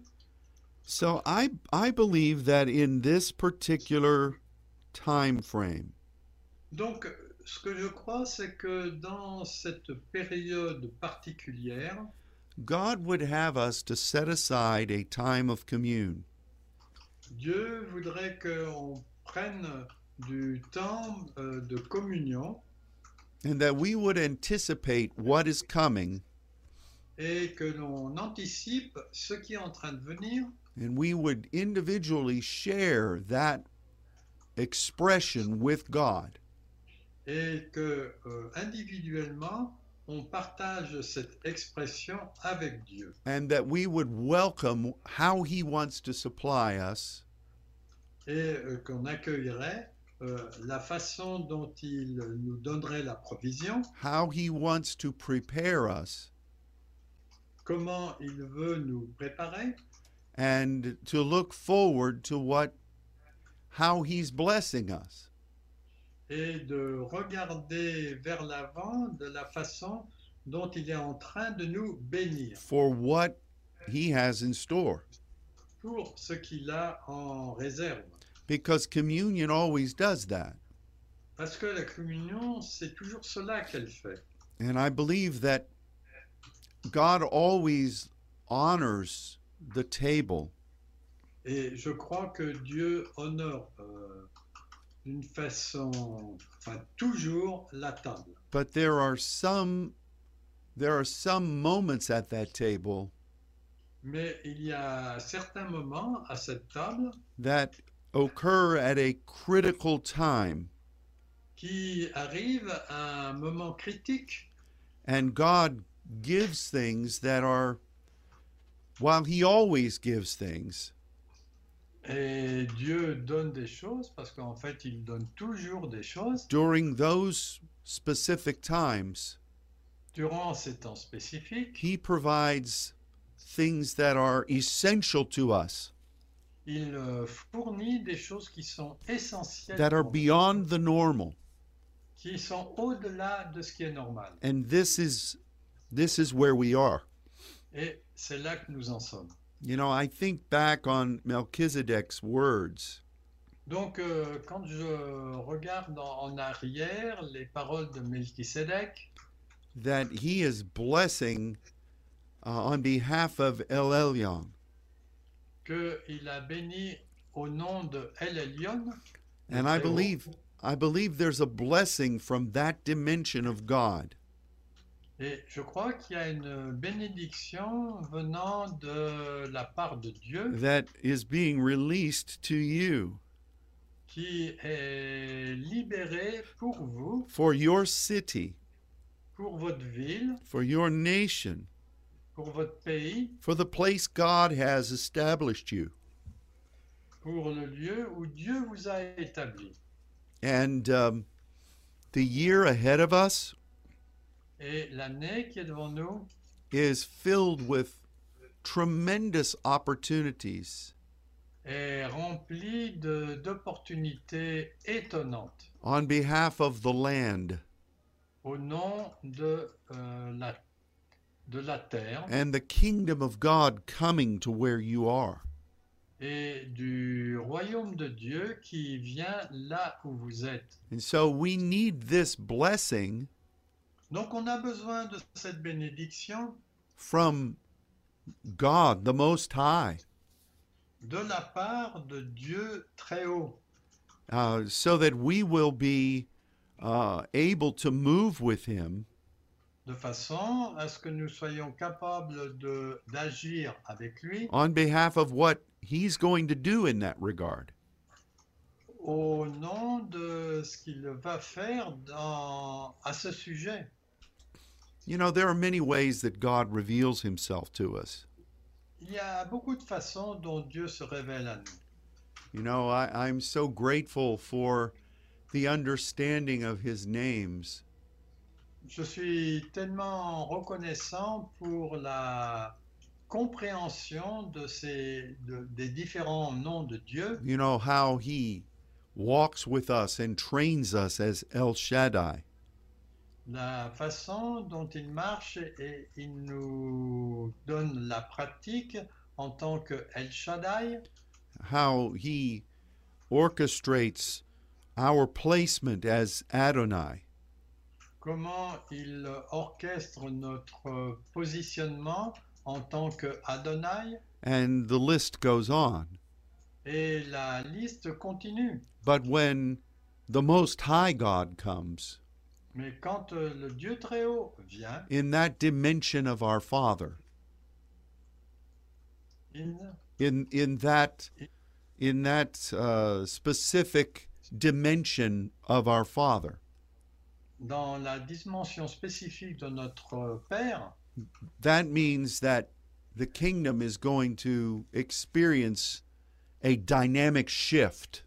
Speaker 1: So I, I believe that in this particular time frame,
Speaker 2: Donc ce que je crois, c'est que dans cette période particulière,
Speaker 1: God would have us to set aside a time of commune,
Speaker 2: Dieu voudrait qu'on prenne du temps euh, de communion
Speaker 1: and that we would anticipate what is coming,
Speaker 2: et que l'on anticipe ce qui est en train de venir
Speaker 1: and we would individually share that expression with God.
Speaker 2: et que euh, individuellement on partage cette expression avec Dieu
Speaker 1: and that we would welcome how he wants to supply us
Speaker 2: et euh, qu'on accueillerait euh, la façon dont il nous donnerait la provision,
Speaker 1: how he wants to prepare us
Speaker 2: comment il veut nous préparer
Speaker 1: and to look forward to what how he's blessing us
Speaker 2: et de regarder vers l'avant de la façon dont il est en train de nous bénir
Speaker 1: for what he has in store
Speaker 2: pour ce qu'il a en réserve.
Speaker 1: because communion always does that
Speaker 2: Parce que la communion, c'est toujours cela qu'elle fait.
Speaker 1: and i believe that god always honors the table
Speaker 2: Et je crois que Dieu honore euh, d'une façon, enfin toujours, la table.
Speaker 1: but there are some there are some moments at that table
Speaker 2: Mais il y a certains moments à cette table
Speaker 1: that occur at a critical time,
Speaker 2: qui arrivent à un moment critique
Speaker 1: and God gives things that are, while He always gives things,
Speaker 2: et Dieu donne des choses parce qu'en fait il donne toujours des choses
Speaker 1: during those specific times,
Speaker 2: durant ces temps spécifiques.
Speaker 1: He provides things that are essential to us,
Speaker 2: Il euh, fournit des choses qui sont essentielles,
Speaker 1: that are
Speaker 2: pour nous,
Speaker 1: beyond the normal.
Speaker 2: qui sont au-delà de ce qui est normal.
Speaker 1: And this is this is where we are.
Speaker 2: Et c'est là que nous en sommes.
Speaker 1: You know, I think back on Melchizedek's words
Speaker 2: Donc, euh, quand je regarde en, en arrière les paroles de Melchisedec,
Speaker 1: that he is blessing uh, on behalf of El Elyon.
Speaker 2: qu'il a béni au nom de El Elyon, le
Speaker 1: And I
Speaker 2: Très-Haut,
Speaker 1: believe I believe there's a blessing from that dimension of God
Speaker 2: et je crois qu'il y a une bénédiction venant de la part de Dieu
Speaker 1: that is being released to you
Speaker 2: qui est libérée pour vous,
Speaker 1: for your city,
Speaker 2: pour votre ville,
Speaker 1: for your nation,
Speaker 2: pour votre pays,
Speaker 1: for the place God has established you.
Speaker 2: pour le lieu où Dieu vous a établi.
Speaker 1: And um, the year ahead of us
Speaker 2: Et l'année qui est devant nous
Speaker 1: is filled with tremendous opportunities
Speaker 2: est remplie de- d'opportunités étonnantes
Speaker 1: on behalf of the land
Speaker 2: au nom de, euh, la, de la terre
Speaker 1: and the kingdom of God coming to where you are.
Speaker 2: et du royaume de Dieu qui vient là où vous êtes.
Speaker 1: And so we need this blessing
Speaker 2: Donc on a besoin de cette bénédiction
Speaker 1: from God the Most High,
Speaker 2: de la part de Dieu très haut
Speaker 1: uh, so that we will be uh, able to move with Him
Speaker 2: de façon à ce que nous soyons capables de- d'agir avec lui
Speaker 1: on behalf of what He's going to do in that regard.
Speaker 2: au nom de ce qu'il va faire dans- à ce sujet.
Speaker 1: You know, there are many ways that God reveals Himself to us.
Speaker 2: Il y a beaucoup de façons dont Dieu se révèle à nous.
Speaker 1: You know, I, I'm so grateful for the understanding of his names.
Speaker 2: Je suis tellement reconnaissant pour la compréhension de ces, de- des différents noms de Dieu,
Speaker 1: You know, how he walks with us and trains us as El Shaddai.
Speaker 2: la façon dont il marche et il nous donne la pratique en tant que El Shaddai,
Speaker 1: how he orchestrates our placement as Adonai.
Speaker 2: comment il orchestre notre positionnement en tant que Adonai,
Speaker 1: And the list goes on.
Speaker 2: et la liste continue.
Speaker 1: But when the Most High God comes,
Speaker 2: Mais quand euh, le Dieu très haut vient,
Speaker 1: in that dimension of our Father,
Speaker 2: il
Speaker 1: in, in that, in that uh, specific dimension of our Father,
Speaker 2: dans la dimension spécifique de notre Père,
Speaker 1: that means that the kingdom is going to experience a dynamic shift.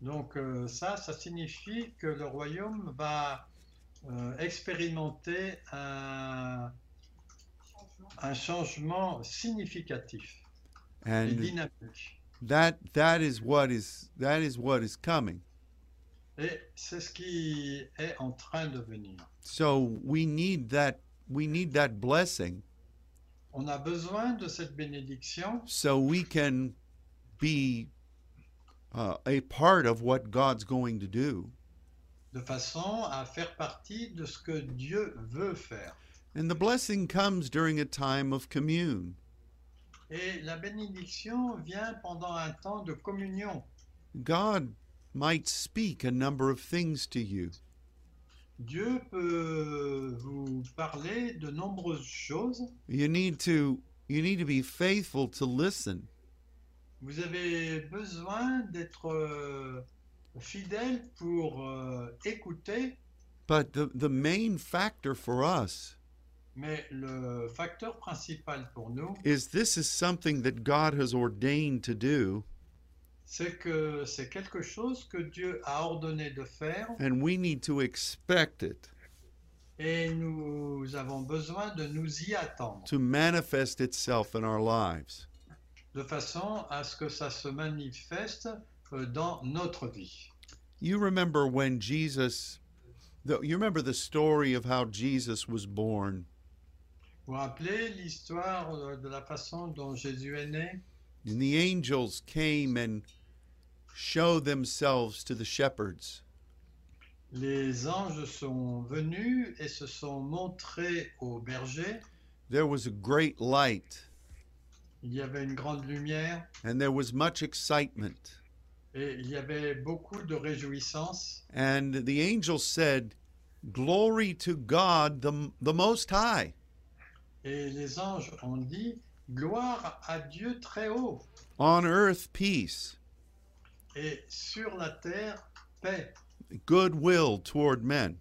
Speaker 2: donc euh, ça, ça signifie que le royaume va euh, expérimenter un, un changement significatif et
Speaker 1: And
Speaker 2: dynamique.
Speaker 1: that that is what is that is what is coming
Speaker 2: Et c'est ce qui est en train de venir.
Speaker 1: so we need that we need that blessing
Speaker 2: On a besoin de cette bénédiction
Speaker 1: so we can be uh, a part of what god's going to do
Speaker 2: de façon à faire partie de ce que Dieu veut faire.
Speaker 1: and the blessing comes during a time of commune
Speaker 2: Et la bénédiction vient pendant un temps de communion.
Speaker 1: god might speak a number of things to you
Speaker 2: Dieu peut vous parler de nombreuses choses.
Speaker 1: you need to you need to be faithful to listen
Speaker 2: Vous avez besoin d'être euh, fidèle pour euh, écouter,
Speaker 1: but the the main factor for us
Speaker 2: mais le facteur principal pour nous,
Speaker 1: is this is something that god has ordained to do
Speaker 2: c'est que c'est quelque chose que Dieu a ordonné de faire
Speaker 1: and we need to expect it
Speaker 2: et nous avons besoin de nous y attendre
Speaker 1: to manifest itself in our lives.
Speaker 2: de façon à ce que ça se manifeste euh, dans notre vie.
Speaker 1: You remember when Jesus, the, you remember the story of how Jesus was born.
Speaker 2: Vous vous rappelez l'histoire euh, de la façon dont Jésus est né
Speaker 1: And the angels came and showed themselves to the shepherds.
Speaker 2: Les anges sont venus et se sont montrés aux bergers.
Speaker 1: There was a great light,
Speaker 2: Il y avait une grande lumière
Speaker 1: and there was much excitement.
Speaker 2: et il y avait beaucoup de réjouissance.
Speaker 1: And the angels said, Glory to God, the, the Most High,
Speaker 2: Et les anges ont dit Gloire à Dieu très haut
Speaker 1: on earth peace,
Speaker 2: et sur la terre paix,
Speaker 1: goodwill toward men.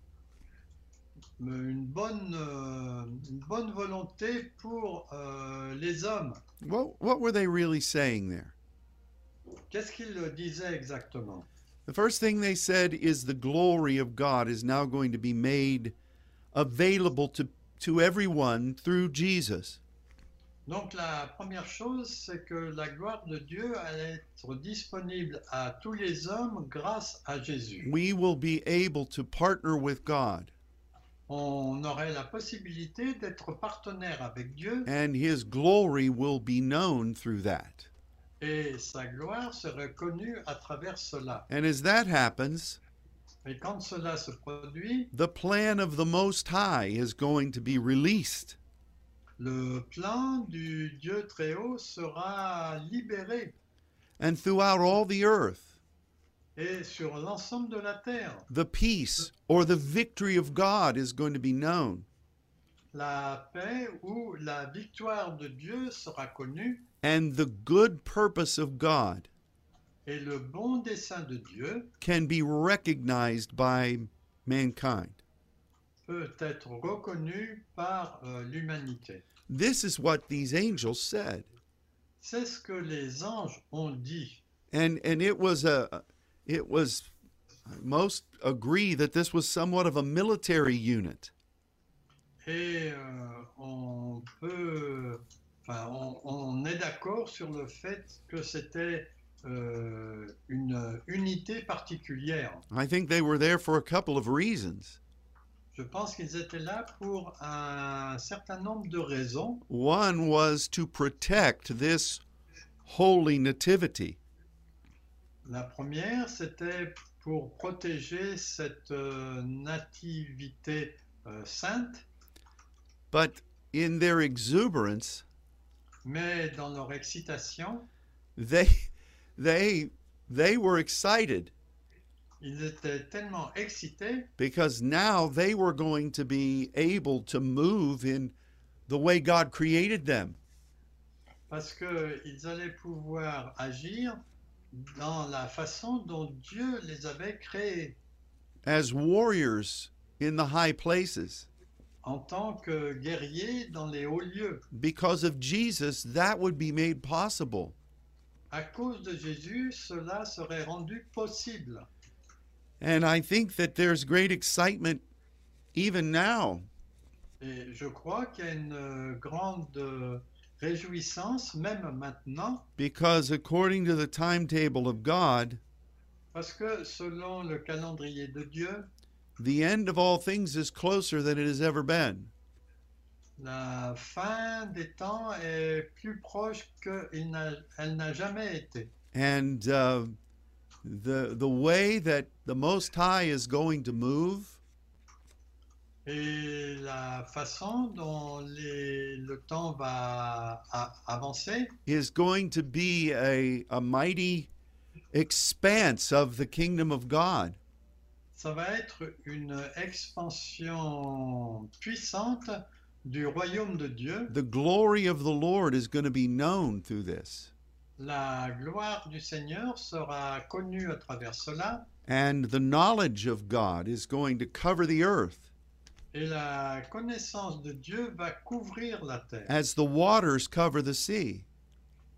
Speaker 2: une bonne, euh, une bonne volonté pour euh, les hommes.
Speaker 1: What what were they really saying there?
Speaker 2: Qu'est-ce qu'ils disaient exactement
Speaker 1: The first thing they said is the glory of God is now going to be made available to to everyone through Jesus.
Speaker 2: Donc la première chose, c'est que la gloire de Dieu allait être disponible à tous les hommes grâce à Jésus.
Speaker 1: We will be able to partner with God
Speaker 2: On aurait la possibilité d'être partenaire avec Dieu
Speaker 1: and his glory will be known through that.
Speaker 2: et sa gloire serait connue à travers cela.
Speaker 1: And as that happens,
Speaker 2: Et quand cela se produit,
Speaker 1: the plan of the most high is going to be released
Speaker 2: le plan du Dieu très haut sera libéré
Speaker 1: and throughout all the earth,
Speaker 2: et sur l'ensemble de la terre.
Speaker 1: the peace or the victory of God is going to be known.
Speaker 2: La paix ou la victoire de Dieu sera connue
Speaker 1: and the good purpose of God
Speaker 2: et le bon dessein de Dieu
Speaker 1: can be recognized by mankind.
Speaker 2: peut être reconnu par euh, l'humanité.
Speaker 1: This is what these angels said.
Speaker 2: C'est ce que les anges ont dit.
Speaker 1: And and it was a it was Most agree that this was somewhat of a military unit.
Speaker 2: Et euh, on peut, enfin, on, on est d'accord sur le fait que c'était euh, une unité particulière.
Speaker 1: I think they were there for a couple of reasons.
Speaker 2: Je pense qu'ils étaient là pour un certain nombre de raisons.
Speaker 1: One was to protect this holy nativity.
Speaker 2: La première, c'était pour protéger cette euh, nativité euh, sainte,
Speaker 1: But in their exuberance,
Speaker 2: mais dans leur excitation,
Speaker 1: they they they were excited
Speaker 2: ils étaient tellement excités
Speaker 1: because now they were going to be able to move in the way God created them.
Speaker 2: parce qu'ils allaient pouvoir agir dans la façon dont Dieu les avait créés
Speaker 1: as warriors in the high places.
Speaker 2: en tant que guerriers dans les hauts lieux.
Speaker 1: Because of Jesus, that would be made possible.
Speaker 2: À cause de Jésus, cela serait rendu possible.
Speaker 1: And I think that there's great excitement even now
Speaker 2: Et je crois qu'il y a une euh, grande euh, réjouissance, même maintenant,
Speaker 1: because according to the timetable of God,
Speaker 2: parce que selon le calendrier de Dieu,
Speaker 1: the end of all things is closer than it has ever been.
Speaker 2: la fin des temps est plus proche qu'elle n'a, elle n'a jamais été.
Speaker 1: And uh, the, the way that the Most High is going to move
Speaker 2: Et la façon dont les- le temps va a- avancer
Speaker 1: is going to be a, a mighty expanse of the kingdom of God.
Speaker 2: Ça va être une expansion puissante du royaume de Dieu.
Speaker 1: The glory of the Lord is going to be known through this.
Speaker 2: La gloire du Seigneur sera connue à travers cela
Speaker 1: And the knowledge of God is going to cover the earth
Speaker 2: et la connaissance de Dieu va couvrir la terre,
Speaker 1: as the waters cover the sea.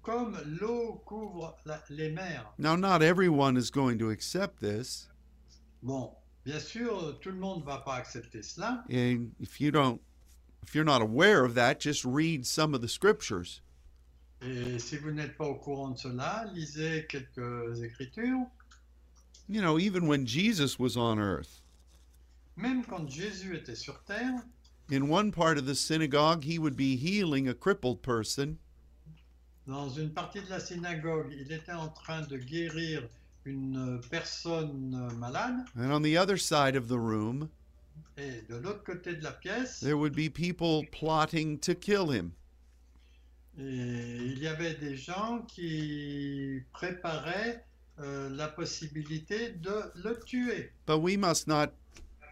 Speaker 2: comme l'eau couvre la- les mers.
Speaker 1: Now, not everyone is going to accept this.
Speaker 2: Bon, bien sûr, tout le monde ne va pas accepter cela.
Speaker 1: And if you don't, if you're not aware of that, just read some of the scriptures.
Speaker 2: Et si vous n'êtes pas au courant de cela, lisez quelques écritures.
Speaker 1: You know, even when Jesus was on earth,
Speaker 2: Même quand Jésus était sur terre,
Speaker 1: in one part of the synagogue, he would be healing a crippled person.
Speaker 2: Dans une partie de la synagogue, il était en train de guérir une personne malade,
Speaker 1: And on the other side of the room,
Speaker 2: et de l'autre côté de la pièce,
Speaker 1: there would be people plotting to kill him.
Speaker 2: et il y avait des gens qui préparaient euh, la possibilité de le tuer.
Speaker 1: But we must not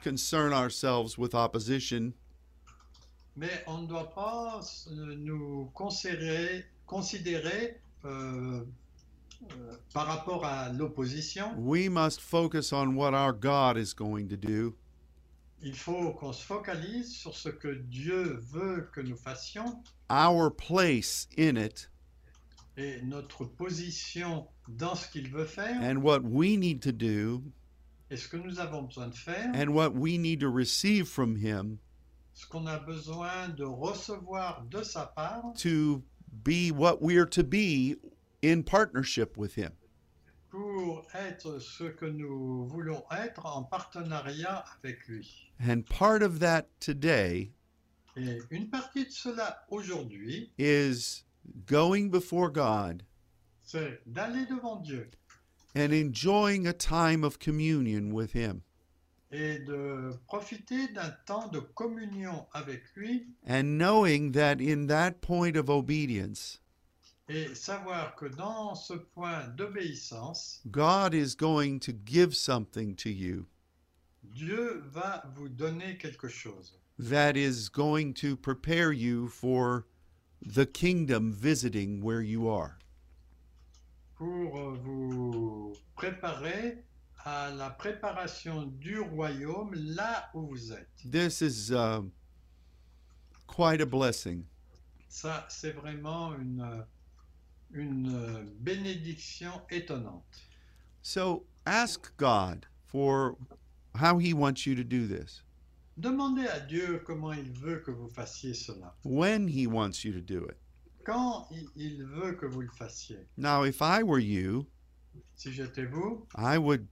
Speaker 1: concern ourselves with opposition.
Speaker 2: Mais on ne doit pas euh, nous considérer, considérer, euh, euh, par rapport à l'opposition.
Speaker 1: We must focus on what our God is going to do.
Speaker 2: Il faut qu'on se focalise sur ce que Dieu veut que nous fassions.
Speaker 1: Our place in it
Speaker 2: et notre position dans ce qu'il veut faire
Speaker 1: and what we need to do
Speaker 2: et ce que nous avons besoin de faire,
Speaker 1: and what we need to receive from Him
Speaker 2: ce qu'on a besoin de recevoir de sa part
Speaker 1: to be what we're to be in partnership with Him.
Speaker 2: pour être ce que nous voulons être en partenariat avec lui.
Speaker 1: And part of that today
Speaker 2: Et une partie de cela aujourd'hui,
Speaker 1: is going before God
Speaker 2: c'est d'aller devant Dieu
Speaker 1: and enjoying a time of communion with Him
Speaker 2: et de profiter d'un temps de communion avec lui
Speaker 1: and knowing that in that point of obedience,
Speaker 2: et savoir que dans ce point d'obéissance,
Speaker 1: God is going to give something to you
Speaker 2: Dieu va vous donner quelque chose.
Speaker 1: that is going to prepare you for the kingdom visiting where you are.
Speaker 2: pour euh, vous préparer à la préparation du royaume là où vous êtes.
Speaker 1: This is uh, quite a blessing.
Speaker 2: Ça, c'est vraiment une, euh, une euh, bénédiction étonnante.
Speaker 1: So ask God for how he wants you to do this,
Speaker 2: Demandez à Dieu comment il veut que vous fassiez cela,
Speaker 1: when he wants you to do it.
Speaker 2: quand il- il veut que vous le fassiez.
Speaker 1: Now, if I were you,
Speaker 2: Si j'étais vous,
Speaker 1: I would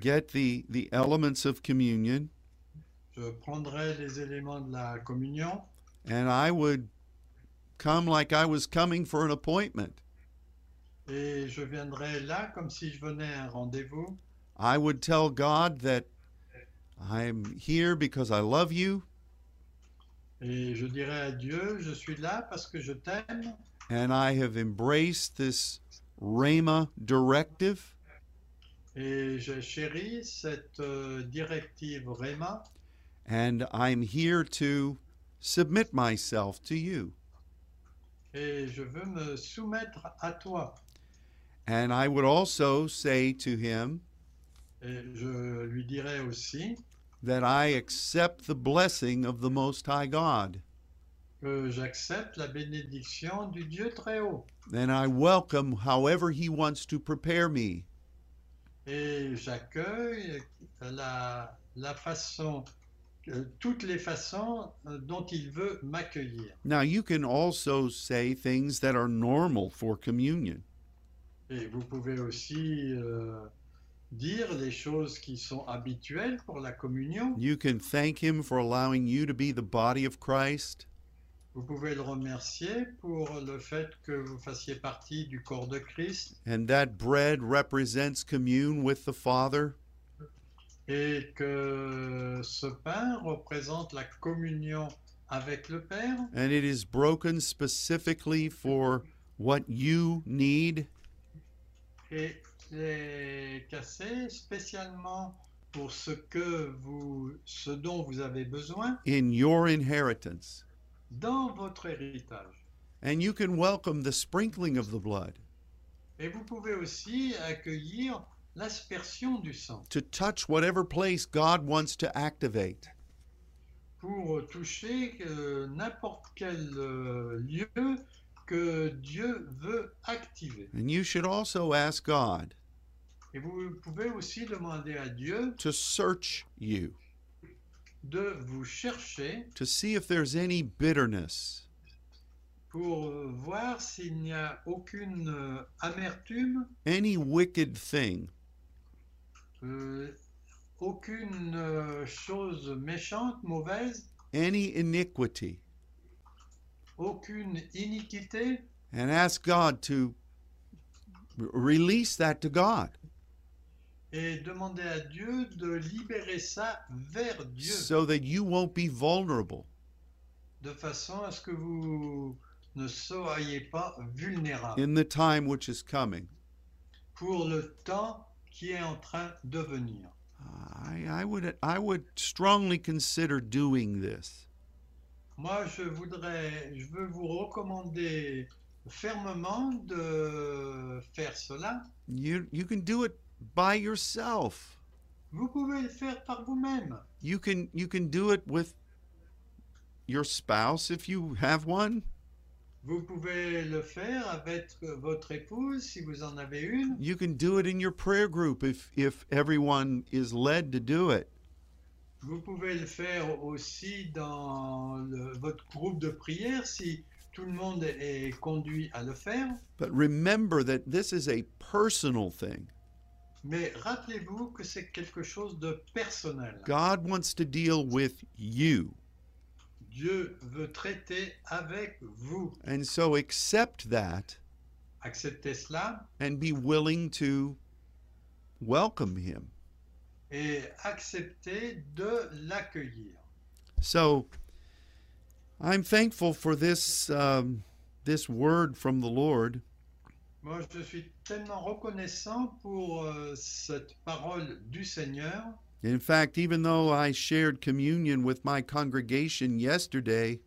Speaker 1: get the the elements of communion
Speaker 2: je prendrais les éléments de la communion
Speaker 1: and I would come like I was coming for an appointment.
Speaker 2: et je viendrais là comme si je venais à un rendez-vous.
Speaker 1: I would tell God that I'm here because I love you
Speaker 2: Et je dirais à Dieu, je suis là parce que je t'aime
Speaker 1: and I have embraced this Rhema directive
Speaker 2: et je chéris cette euh, directive Réma
Speaker 1: and I'm here to submit myself to you.
Speaker 2: et je veux me soumettre à toi.
Speaker 1: And I would also say to him
Speaker 2: Et je lui dirais aussi
Speaker 1: that I accept the blessing of the Most High God
Speaker 2: que j'accepte la bénédiction du Dieu très haut
Speaker 1: and I welcome however he wants to prepare me
Speaker 2: et j'accueille euh, la, la façon, euh, toutes les façons euh, dont il veut m'accueillir.
Speaker 1: Now, you can also say things that are normal for communion.
Speaker 2: Et vous pouvez aussi euh, dire les choses qui sont habituelles pour la communion.
Speaker 1: You can thank Him for allowing you to be the body of Christ.
Speaker 2: Vous pouvez le remercier pour le fait que vous fassiez partie du corps de Christ
Speaker 1: And that bread represents commune with the Father.
Speaker 2: et que ce pain représente la communion avec le Père
Speaker 1: And it is broken specifically for what you need.
Speaker 2: et est cassé spécialement pour ce que vous, ce dont vous avez besoin
Speaker 1: In your inheritance.
Speaker 2: dans votre héritage.
Speaker 1: And you can welcome the sprinkling of the blood
Speaker 2: Et vous pouvez aussi accueillir l'aspersion du sang
Speaker 1: to touch whatever place God wants to activate.
Speaker 2: pour toucher euh, n'importe quel euh, lieu que Dieu veut activer.
Speaker 1: And you should also ask God
Speaker 2: Et vous pouvez aussi demander à Dieu
Speaker 1: to search you,
Speaker 2: de vous chercher
Speaker 1: to see if there's any bitterness.
Speaker 2: pour euh, voir s'il n'y a aucune euh, amertume,
Speaker 1: any wicked thing,
Speaker 2: euh, aucune euh, chose méchante, mauvaise,
Speaker 1: any iniquity,
Speaker 2: aucune iniquité,
Speaker 1: and ask God to r- release that to God
Speaker 2: et demander à Dieu de libérer ça vers Dieu,
Speaker 1: so that you won't be vulnerable.
Speaker 2: de façon à ce que vous ne soyez pas vulnérable
Speaker 1: In the time which is coming,
Speaker 2: pour le temps qui est en train de venir.
Speaker 1: I, I would I would strongly consider doing this.
Speaker 2: Moi, je voudrais, je veux vous recommander fermement de faire cela.
Speaker 1: You you can do it by yourself.
Speaker 2: Vous pouvez le faire par vous-même.
Speaker 1: You can you can do it with your spouse if you have one.
Speaker 2: Vous pouvez le faire avec votre épouse si vous en avez une.
Speaker 1: You can do it in your prayer group if if everyone is led to do it.
Speaker 2: Vous pouvez le faire aussi dans le- votre groupe de prière si tout le monde est conduit à le faire.
Speaker 1: But remember that this is a personal thing.
Speaker 2: Mais rappelez-vous que c'est quelque chose de personnel.
Speaker 1: God wants to deal with you.
Speaker 2: Dieu veut traiter avec vous.
Speaker 1: And so accept that
Speaker 2: Acceptez cela
Speaker 1: and be willing to welcome Him.
Speaker 2: et accepter de l'accueillir.
Speaker 1: So I'm thankful for this, um, this word from the Lord.
Speaker 2: Moi, je suis tellement reconnaissant pour euh, cette parole du Seigneur.
Speaker 1: In fact, even though I shared communion with my congregation yesterday,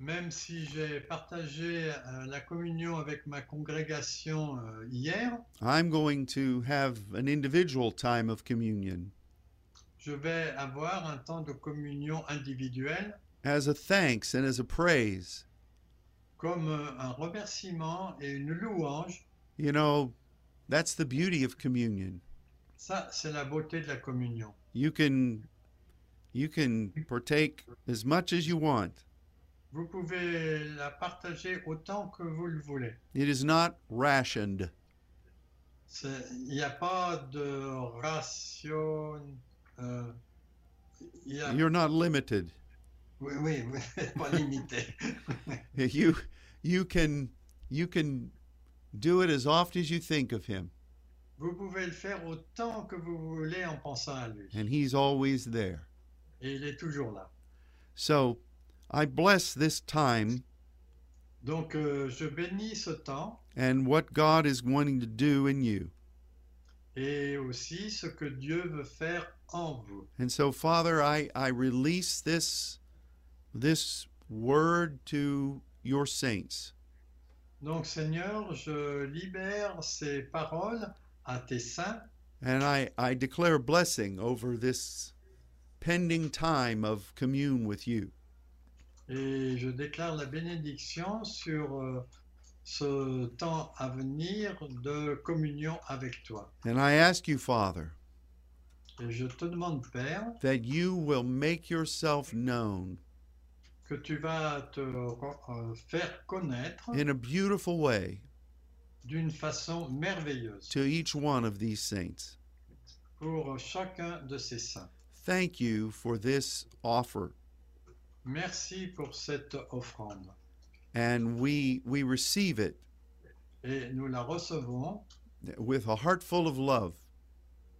Speaker 2: Même si j'ai partagé euh, la communion avec ma congrégation euh, hier,
Speaker 1: I'm going to have an individual time of communion
Speaker 2: je vais avoir un temps de communion individuelle
Speaker 1: as a thanks and as a praise.
Speaker 2: comme euh, un remerciement et une louange.
Speaker 1: You know, that's the beauty of communion.
Speaker 2: Ça, c'est la beauté de la communion.
Speaker 1: You can you can partake as much as you want.
Speaker 2: Vous pouvez la partager autant que vous le voulez.
Speaker 1: It is not rationed.
Speaker 2: C'est- Il n'y a pas de ratio. euh, il y a-
Speaker 1: You're not limited. (laughs)
Speaker 2: Oui, oui, oui, (laughs) pas limité.
Speaker 1: You you can you can do it as often as you think of him
Speaker 2: vous pouvez le faire autant que vous voulez en pensant à lui.
Speaker 1: and he's always there.
Speaker 2: Et il est toujours là.
Speaker 1: So, I bless this time
Speaker 2: Donc, euh, je bénis ce temps
Speaker 1: and what God is wanting to do in you.
Speaker 2: et aussi ce que Dieu veut faire en vous.
Speaker 1: And so, Father, I, I release this this word to your saints.
Speaker 2: Donc, Seigneur, je libère ces paroles à tes saints
Speaker 1: And I, I declare blessing over this pending time of commune with you.
Speaker 2: et je déclare la bénédiction sur euh, ce temps à venir de communion avec toi.
Speaker 1: And I ask you, Father,
Speaker 2: Et je te demande, Père,
Speaker 1: that you will make yourself known
Speaker 2: que tu vas te euh, faire connaître
Speaker 1: in a beautiful way
Speaker 2: d'une façon merveilleuse
Speaker 1: to each one of these saints.
Speaker 2: pour chacun de ces saints.
Speaker 1: Thank you for this offer.
Speaker 2: Merci pour cette offrande.
Speaker 1: And we, we receive it
Speaker 2: Et nous la recevons
Speaker 1: with a heart full of love.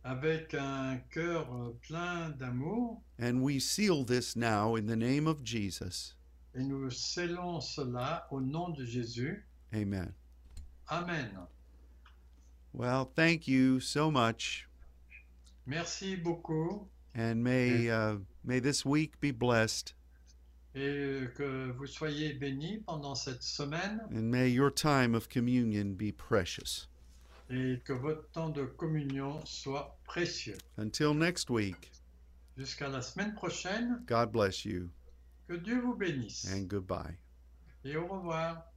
Speaker 2: avec un cœur euh, plein d'amour
Speaker 1: And we seal this now in the name of Jesus.
Speaker 2: et nous scellons cela au nom de Jésus.
Speaker 1: Amen.
Speaker 2: Amen.
Speaker 1: Well, thank you so much.
Speaker 2: Merci beaucoup
Speaker 1: And may,
Speaker 2: Yes.
Speaker 1: uh, may this week be blessed.
Speaker 2: et que vous soyez bénis pendant cette semaine
Speaker 1: And may your time of communion be precious.
Speaker 2: et que votre temps de communion soit précieux.
Speaker 1: Until next week,
Speaker 2: Jusqu'à la semaine prochaine,
Speaker 1: God bless you
Speaker 2: que Dieu vous bénisse
Speaker 1: and goodbye.
Speaker 2: et au revoir.